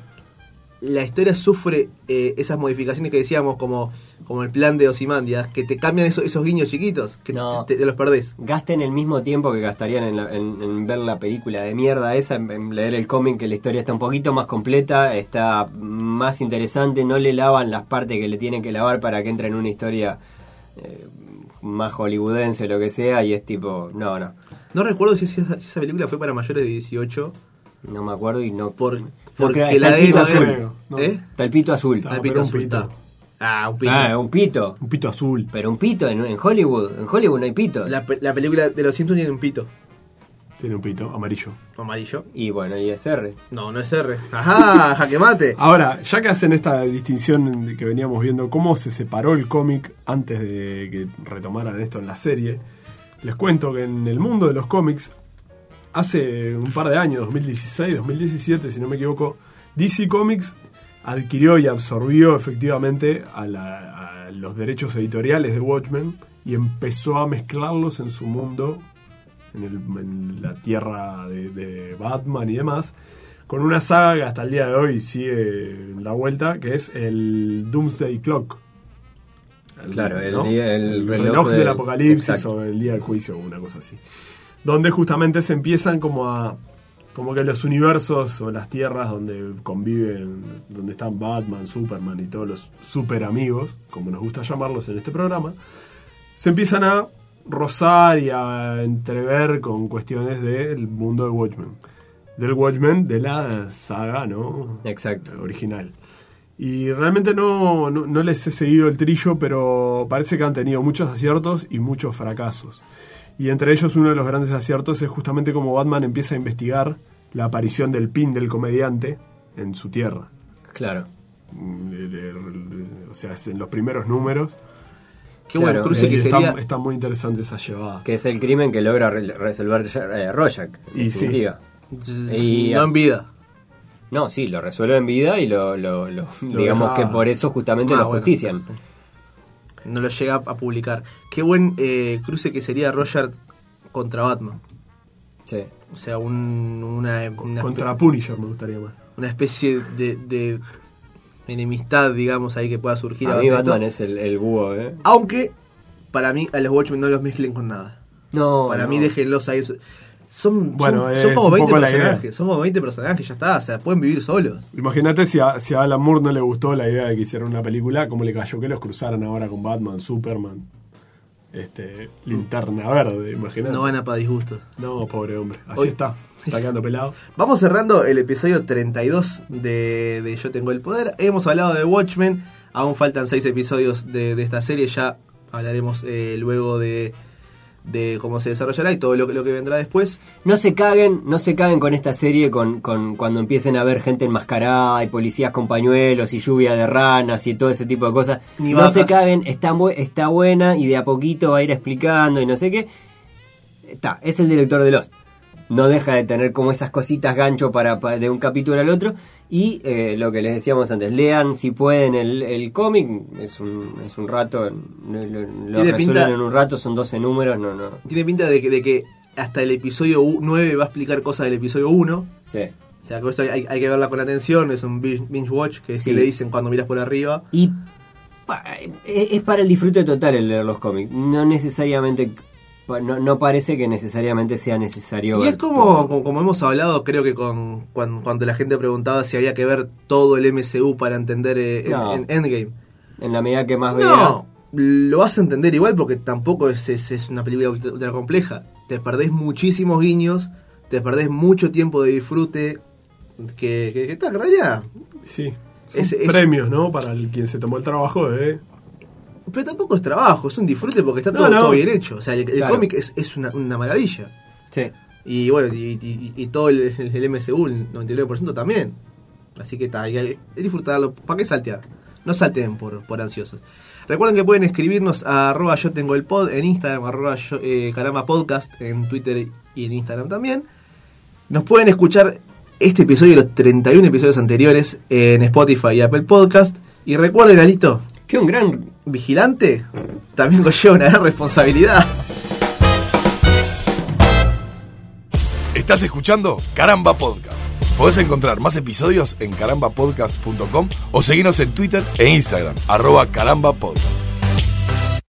[SPEAKER 3] la historia sufre eh, esas modificaciones que decíamos, como, como el plan de Osimandias, que te cambian esos, esos guiños chiquitos, que
[SPEAKER 2] No.
[SPEAKER 3] te, te los perdés.
[SPEAKER 2] gasten el mismo tiempo que gastarían en, la- en- en ver la película de mierda esa, en, en leer el cómic, que la historia está un poquito más completa, está más interesante, no le lavan las partes que le tienen que lavar para que entre en una historia eh, más hollywoodense o lo que sea, y es tipo, no, no.
[SPEAKER 3] No recuerdo si esa, si esa película fue para mayores de 18
[SPEAKER 2] No me acuerdo y no.
[SPEAKER 3] Por-
[SPEAKER 2] no
[SPEAKER 3] porque
[SPEAKER 2] creo-
[SPEAKER 3] la
[SPEAKER 2] talpito
[SPEAKER 3] de
[SPEAKER 4] era-
[SPEAKER 2] azul.
[SPEAKER 3] azul.
[SPEAKER 4] No.
[SPEAKER 3] ¿Eh?
[SPEAKER 2] Talpito azul.
[SPEAKER 4] No,
[SPEAKER 3] Ah,
[SPEAKER 4] pero
[SPEAKER 3] pito
[SPEAKER 4] un
[SPEAKER 3] azul,
[SPEAKER 4] pito.
[SPEAKER 3] está. Ah, un pito.
[SPEAKER 2] Ah, un pito.
[SPEAKER 4] Un pito azul.
[SPEAKER 2] Pero un pito en, en Hollywood. En Hollywood no hay pito.
[SPEAKER 3] La, pe- la película de los Simpsons tiene un pito.
[SPEAKER 4] Tiene un pito amarillo.
[SPEAKER 3] ¿Amarillo?
[SPEAKER 2] Y bueno, y es R.
[SPEAKER 3] No, no es R. Ajá, jaque mate.
[SPEAKER 2] Ah,
[SPEAKER 4] Ahora, ya que hacen esta distinción de que veníamos viendo, cómo se separó el cómic antes de que retomaran esto en la serie, les cuento que en el mundo de los cómics, hace un par de años, 2016, 2017, si no me equivoco, DC Comics adquirió y absorbió efectivamente a, la- a los derechos editoriales de Watchmen y empezó a mezclarlos en su mundo, en, el- en la tierra de, de Batman y demás, con una saga que hasta el día de hoy sigue en la vuelta, que es el Doomsday Clock. El-
[SPEAKER 2] Claro, el
[SPEAKER 4] ¿no?
[SPEAKER 2] día- el reloj
[SPEAKER 4] reloj, del,
[SPEAKER 2] del-
[SPEAKER 4] apocalipsis
[SPEAKER 2] exacto.
[SPEAKER 4] o el día del juicio o una cosa así donde justamente se empiezan como a como que los universos o las tierras donde conviven, donde están Batman, Superman y todos los super amigos, como nos gusta llamarlos en este programa, se empiezan a rozar y a entrever con cuestiones del mundo de Watchmen. Del Watchmen de la saga, ¿no?
[SPEAKER 2] Exacto.
[SPEAKER 4] Original. Y realmente no, no, no les he seguido el trillo, pero parece que han tenido muchos aciertos y muchos fracasos. Y entre ellos uno de los grandes aciertos es justamente como Batman empieza a investigar la aparición del pin del comediante en su tierra.
[SPEAKER 2] Claro.
[SPEAKER 4] Mm, el- el- el- O sea, es en los primeros números.
[SPEAKER 3] Qué
[SPEAKER 2] Claro,
[SPEAKER 3] buen cruce
[SPEAKER 4] Eh,
[SPEAKER 3] que
[SPEAKER 4] está,
[SPEAKER 3] sería.
[SPEAKER 4] está muy interesante esa llevada.
[SPEAKER 2] Que es el crimen que logra re- resolver eh, Rorschach. en
[SPEAKER 4] Y sí.
[SPEAKER 2] definitiva. Y-
[SPEAKER 3] no en vida.
[SPEAKER 2] No, sí, lo resuelve en vida y lo, lo- lo- [LAUGHS]
[SPEAKER 4] Lo
[SPEAKER 2] digamos
[SPEAKER 4] deja-
[SPEAKER 2] que por eso justamente
[SPEAKER 3] Ah,
[SPEAKER 2] lo
[SPEAKER 3] bueno,
[SPEAKER 2] justician.
[SPEAKER 3] sí. No lo llega a publicar. Qué buen eh, cruce que sería Roger contra Batman.
[SPEAKER 2] Sí.
[SPEAKER 3] O sea, un, una, una,
[SPEAKER 4] Contra Punisher me gustaría más.
[SPEAKER 3] una especie de, de enemistad, digamos, ahí que pueda surgir.
[SPEAKER 2] A
[SPEAKER 3] base
[SPEAKER 2] mí
[SPEAKER 3] de
[SPEAKER 2] Batman
[SPEAKER 3] esto.
[SPEAKER 2] es el, el búho, ¿eh?
[SPEAKER 3] Aunque, para mí, a los Watchmen no los mezclen con nada.
[SPEAKER 2] No,
[SPEAKER 3] Para
[SPEAKER 2] no.
[SPEAKER 3] mí déjenlos ahí. Son, son,
[SPEAKER 4] Bueno,
[SPEAKER 3] son
[SPEAKER 4] es
[SPEAKER 3] como
[SPEAKER 4] un
[SPEAKER 3] 20
[SPEAKER 4] poco la idea.
[SPEAKER 3] personajes. Son como 20 personajes, ya está. O sea, pueden vivir solos.
[SPEAKER 4] Imagínate si a, si a Alan Moore no le gustó la idea de que hicieran una película, cómo le cayó que los cruzaran ahora con Batman, Superman, este, Linterna Verde, imagínate.
[SPEAKER 3] No van a para disgustos.
[SPEAKER 4] No, pobre hombre, así
[SPEAKER 3] Hoy-
[SPEAKER 4] está, está quedando pelado.
[SPEAKER 3] Vamos cerrando el episodio 32 de, de Yo Tengo el Poder. Hemos hablado de Watchmen. Aún faltan 6 episodios de, de esta serie. Ya hablaremos eh, luego de, de cómo se desarrollará y todo lo, que- lo que vendrá después.
[SPEAKER 2] No se caguen, no se caguen con esta serie con, con cuando empiecen a ver gente enmascarada y policías con pañuelos y lluvia de ranas y todo ese tipo de cosas.
[SPEAKER 3] Ni
[SPEAKER 2] no se
[SPEAKER 3] vacas.
[SPEAKER 2] caguen, está, bu- está buena y de a poquito va a ir explicando y no sé qué. Está, es el director de Lost. No deja de tener como esas cositas gancho para, para- de un capítulo al otro. Y eh, lo que les decíamos antes, lean si pueden el, el cómic. Es un, es un rato, lo, lo- lo
[SPEAKER 3] Tiene
[SPEAKER 2] resuelven
[SPEAKER 3] pinta-
[SPEAKER 2] en un rato, son 12 números, no, no.
[SPEAKER 3] Tiene pinta de que, de que hasta el episodio u- 9 va a explicar cosas del episodio 1.
[SPEAKER 2] Sí.
[SPEAKER 3] O sea, que esto hay, hay que verla con atención. Es un binge binge watch que, es
[SPEAKER 2] Sí.
[SPEAKER 3] que le dicen cuando miras por arriba.
[SPEAKER 2] Y pa- eh, es es para el disfrute total el leer los cómics. No necesariamente. pa- No, no parece que necesariamente sea necesario.
[SPEAKER 3] Y
[SPEAKER 2] ver
[SPEAKER 3] es como,
[SPEAKER 2] todo.
[SPEAKER 3] como, como hemos hablado, creo que con cuando, cuando la gente preguntaba si había que ver todo el MCU para entender eh, en-
[SPEAKER 2] No.
[SPEAKER 3] en Endgame.
[SPEAKER 2] En la medida que más veas.
[SPEAKER 3] No, lo vas a entender igual porque tampoco es, es- es una película ultra, ultra compleja. Te perdés muchísimos guiños, te perdés mucho tiempo de disfrute. Que, que, que está, en realidad.
[SPEAKER 4] Sí, son
[SPEAKER 3] Es- es-
[SPEAKER 4] premios, ¿no? Para el, quien se tomó el trabajo de...
[SPEAKER 3] Pero tampoco es trabajo, es un disfrute porque está
[SPEAKER 4] No,
[SPEAKER 3] todo,
[SPEAKER 4] no.
[SPEAKER 3] todo bien hecho. O sea, el, el
[SPEAKER 2] Claro.
[SPEAKER 3] cómic es, es una, una maravilla.
[SPEAKER 2] Sí.
[SPEAKER 3] Y bueno, y, y- y- y todo el, el- el MCU, el 99% también. Así que está, hay que disfrutarlo. ¿Para qué saltear? No salten por, por ansiosos. Recuerden que pueden escribirnos a arroba yo tengo el pod en Instagram, arroba yo- eh, caramba podcast en Twitter y en Instagram también. Nos pueden escuchar este episodio y los 31 episodios anteriores en Spotify y Apple Podcast. Y recuerden, Alito,
[SPEAKER 2] Que un gran.
[SPEAKER 3] vigilante también conlleva una gran responsabilidad.
[SPEAKER 1] Estás escuchando Caramba Podcast. Podés encontrar más episodios en carambapodcast.com o seguirnos en Twitter e Instagram, arroba carambapodcast.